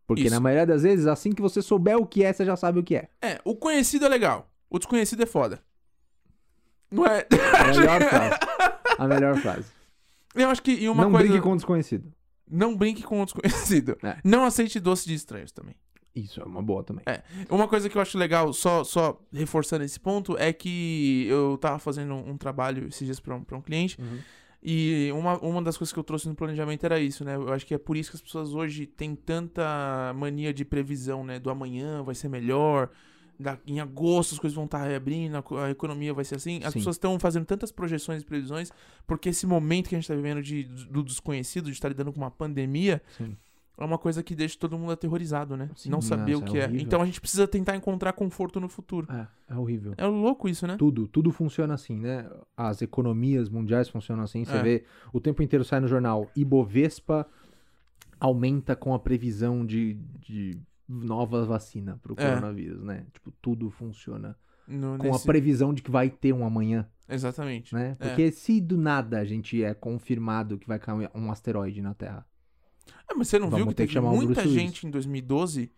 Speaker 2: Porque
Speaker 1: Isso.
Speaker 2: na maioria das vezes, assim que você souber o que é, você já sabe o que é.
Speaker 1: É, o conhecido é legal, o desconhecido é foda. Não é?
Speaker 2: A melhor frase. A melhor frase.
Speaker 1: Eu acho que e uma
Speaker 2: não
Speaker 1: coisa.
Speaker 2: brinque com o desconhecido.
Speaker 1: Não brinque com o desconhecido.
Speaker 2: É.
Speaker 1: Não aceite doce de estranhos também.
Speaker 2: Isso é uma boa também.
Speaker 1: É. Uma coisa que eu acho legal, só, só reforçando esse ponto, é que eu tava fazendo um um trabalho esses dias pra um, pra um cliente,
Speaker 2: Uhum.
Speaker 1: e uma, uma das coisas que eu trouxe no planejamento era isso, né? Eu acho que é por isso que as pessoas hoje têm tanta mania de previsão, né? Do amanhã vai ser melhor, da- em agosto as coisas vão estar reabrindo, a, co- a economia vai ser assim. As
Speaker 2: Sim.
Speaker 1: pessoas estão fazendo tantas projeções e previsões, porque esse momento que a gente tá vivendo de, do desconhecido, de estar lidando com uma pandemia,
Speaker 2: Sim.
Speaker 1: é uma coisa que deixa todo mundo aterrorizado, né?
Speaker 2: Sim,
Speaker 1: não saber o
Speaker 2: nossa, é
Speaker 1: que é.
Speaker 2: horrível.
Speaker 1: Então a gente precisa tentar encontrar conforto no futuro.
Speaker 2: É, é horrível.
Speaker 1: É louco isso, né?
Speaker 2: Tudo, tudo funciona assim, né? As economias mundiais funcionam assim. Você
Speaker 1: É.
Speaker 2: vê, o tempo inteiro sai no jornal, Ibovespa aumenta com a previsão de, de nova vacina pro
Speaker 1: É.
Speaker 2: coronavírus, né? Tipo, tudo funciona
Speaker 1: No-
Speaker 2: com
Speaker 1: nesse- É.
Speaker 2: a previsão de que vai ter um amanhã,
Speaker 1: Exatamente.
Speaker 2: né? Porque se do nada a gente é confirmado que vai cair um asteroide na Terra.
Speaker 1: Ah, mas você não
Speaker 2: Vamos
Speaker 1: viu que
Speaker 2: ter que
Speaker 1: teve
Speaker 2: chamar o
Speaker 1: muita
Speaker 2: Bruce Willis.
Speaker 1: gente em 2012,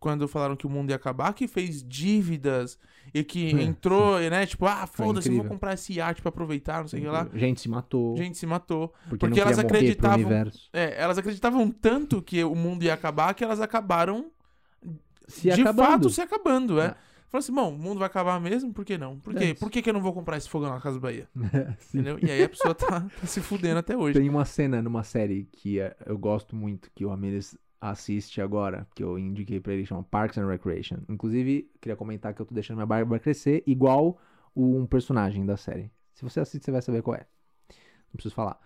Speaker 1: quando falaram que o mundo ia acabar, que fez dívidas e que
Speaker 2: É,
Speaker 1: entrou, né? Tipo, ah, foda-se, eu vou
Speaker 2: incrível.
Speaker 1: comprar esse iate pra aproveitar, não sei o que lá.
Speaker 2: Gente se matou,
Speaker 1: Gente se matou.
Speaker 2: porque, não
Speaker 1: porque elas
Speaker 2: queria morrer
Speaker 1: acreditavam-
Speaker 2: pro universo.
Speaker 1: É, elas acreditavam tanto que o mundo ia acabar que elas acabaram
Speaker 2: Se
Speaker 1: de
Speaker 2: acabando.
Speaker 1: fato se acabando, é.
Speaker 2: É.
Speaker 1: Falaram assim, bom, o mundo vai acabar mesmo? Por que não? Por
Speaker 2: É
Speaker 1: quê?
Speaker 2: isso.
Speaker 1: Por que, que eu não vou comprar esse fogão na Casa Bahia?
Speaker 2: Sim.
Speaker 1: Entendeu? E aí a pessoa tá, tá se fudendo até hoje.
Speaker 2: Tem uma cena numa série que eh, eu gosto muito, que o Ramirez assiste agora, que eu indiquei pra ele, chama Parks and Recreation. Inclusive, queria comentar que eu tô deixando minha barba crescer igual o- um personagem da série. Se você assiste, você vai saber qual é. Não preciso falar.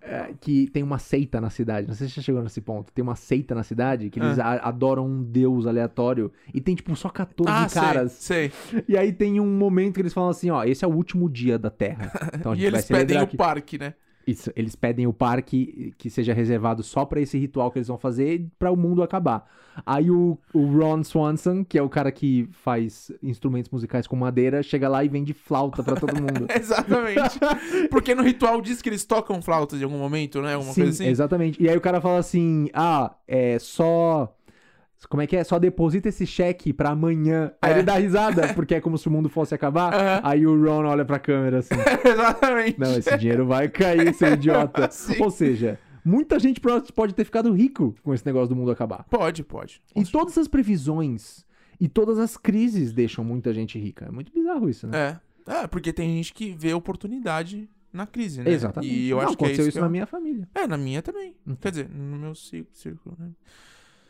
Speaker 2: É, que tem uma seita na cidade. Não sei se você já chegou nesse ponto. Tem uma seita na cidade que
Speaker 1: Ah.
Speaker 2: eles a- adoram um deus aleatório e tem, tipo, só 14
Speaker 1: Ah, sei,
Speaker 2: caras.
Speaker 1: Sei.
Speaker 2: E aí tem um momento que eles falam assim, ó, esse é o último dia da Terra. Então a gente
Speaker 1: E
Speaker 2: vai
Speaker 1: eles pedem
Speaker 2: celebrar
Speaker 1: o
Speaker 2: aqui.
Speaker 1: parque, né?
Speaker 2: Isso, eles pedem o parque que seja reservado só pra esse ritual que eles vão fazer pra o mundo acabar. Aí o, o Ron Swanson, que é o cara que faz instrumentos musicais com madeira, chega lá e vende flauta pra todo mundo.
Speaker 1: Exatamente. Porque no ritual diz que eles tocam flautas em algum momento, né? Alguma
Speaker 2: Sim,
Speaker 1: coisa assim.
Speaker 2: exatamente. E aí o cara fala assim: "Ah, é só como é que é? Só deposita esse cheque pra amanhã. Aí
Speaker 1: É.
Speaker 2: ele dá risada, porque é como se o mundo fosse acabar.
Speaker 1: Aham.
Speaker 2: Aí o Ron olha pra câmera assim:
Speaker 1: Exatamente.
Speaker 2: Não, esse dinheiro vai cair, seu idiota.
Speaker 1: Sim.
Speaker 2: Ou seja, muita gente pro- pode ter ficado rico com esse negócio do mundo acabar.
Speaker 1: Pode, pode.
Speaker 2: E todas as previsões e todas as crises deixam muita gente rica. É muito bizarro isso, né?
Speaker 1: É. É, porque tem gente que vê oportunidade na crise, né?
Speaker 2: Exatamente.
Speaker 1: E eu
Speaker 2: Não,
Speaker 1: acho que é
Speaker 2: aconteceu
Speaker 1: isso.
Speaker 2: isso
Speaker 1: que
Speaker 2: na
Speaker 1: eu-
Speaker 2: minha Uhum. família.
Speaker 1: É, na minha também. Quer dizer, no meu cí- círculo, né?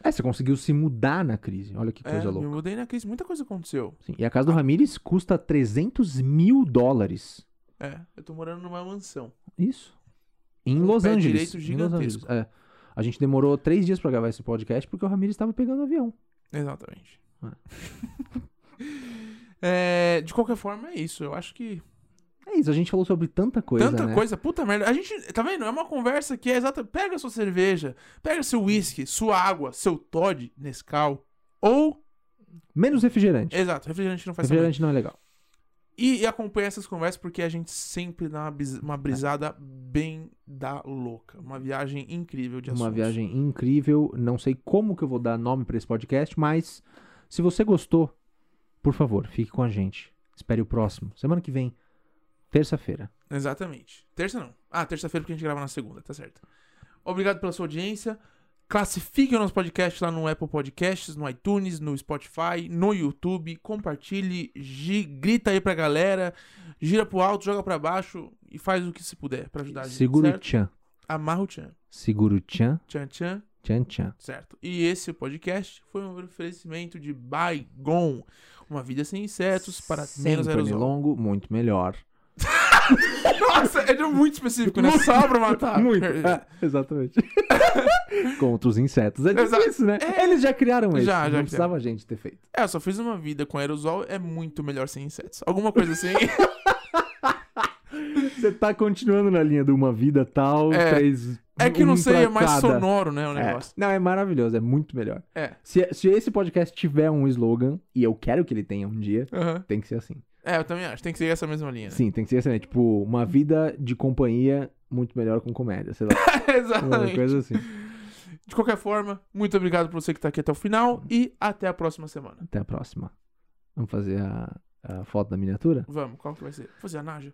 Speaker 2: É, você conseguiu se mudar na crise. Olha que
Speaker 1: É,
Speaker 2: coisa louca.
Speaker 1: eu mudei na crise, muita coisa aconteceu.
Speaker 2: Sim. E a casa do Ramires custa 300 mil dólares.
Speaker 1: É, eu tô morando numa mansão.
Speaker 2: Isso. Em Los
Speaker 1: É um pé
Speaker 2: Angeles.
Speaker 1: direito
Speaker 2: em Los Angeles,
Speaker 1: gigantesco.
Speaker 2: é. A gente demorou três dias pra gravar esse podcast porque o Ramiro estava pegando avião.
Speaker 1: Exatamente.
Speaker 2: Ah.
Speaker 1: É, de qualquer forma, é isso. Eu acho que.
Speaker 2: É isso, a gente falou sobre tanta coisa.
Speaker 1: Tanta
Speaker 2: né?
Speaker 1: coisa, puta merda. A gente, tá vendo? É uma conversa que é exata. Pega sua cerveja, pega seu whisky, sua água, seu Todd, Nescau. Ou.
Speaker 2: Menos refrigerante.
Speaker 1: Exato, refrigerante não faz
Speaker 2: refrigerante não é legal.
Speaker 1: E, e acompanha essas conversas porque a gente sempre dá uma, bis- uma brisada bem da louca. Uma viagem incrível de assuntos.
Speaker 2: Uma viagem incrível. Não sei como que eu vou dar nome pra esse podcast, mas se você gostou, por favor, fique com a gente. Espere o próximo. Semana que vem, terça-feira.
Speaker 1: Exatamente. Terça não. Ah, terça-feira porque a gente grava na segunda, tá certo. Obrigado pela sua audiência. Classifique o nosso podcast lá no Apple Podcasts, no iTunes, no Spotify, no YouTube. Compartilhe, gi- grita aí pra galera, gira pro alto, joga pra baixo e faz o que se puder pra ajudar a Tá, gente,
Speaker 2: Seguro
Speaker 1: certo?
Speaker 2: tchan.
Speaker 1: Amarra o tchan.
Speaker 2: Seguro tchan.
Speaker 1: Tchan, tchan.
Speaker 2: Tchan tchan.
Speaker 1: Certo. E esse podcast foi um oferecimento de Baigon. Uma vida sem insetos para menos
Speaker 2: Sempre
Speaker 1: aerosol.
Speaker 2: longo, muito melhor.
Speaker 1: Nossa, é de muito específico, né? Só pra matar.
Speaker 2: Muito. É, exatamente. Contra os insetos. É
Speaker 1: Exato.
Speaker 2: difícil, né? Eles já criaram isso.
Speaker 1: Já, já
Speaker 2: Não precisava a gente ter feito.
Speaker 1: É, eu só fiz uma vida com aerosol, é muito melhor sem insetos. Alguma coisa assim.
Speaker 2: Você tá continuando na linha de uma vida tal,
Speaker 1: É.
Speaker 2: três.
Speaker 1: é que não
Speaker 2: um
Speaker 1: sei,
Speaker 2: pra
Speaker 1: é mais
Speaker 2: cada.
Speaker 1: sonoro, né, o
Speaker 2: É.
Speaker 1: negócio.
Speaker 2: Não, é maravilhoso, é muito melhor.
Speaker 1: É.
Speaker 2: Se, se esse podcast tiver um slogan, e eu quero que ele tenha um dia,
Speaker 1: Aham.
Speaker 2: tem que ser assim.
Speaker 1: É, eu também acho. Tem que seguir essa mesma linha, né?
Speaker 2: Sim, tem que ser assim, né? Tipo, uma vida de companhia muito melhor com comédia, sei lá. Uma
Speaker 1: Exatamente.
Speaker 2: coisa assim.
Speaker 1: De qualquer forma, muito obrigado por você que tá aqui até o final e até a próxima semana.
Speaker 2: Até a próxima. Vamos fazer a, a foto da miniatura?
Speaker 1: Vamos, qual que vai ser? Vou fazer a Naja.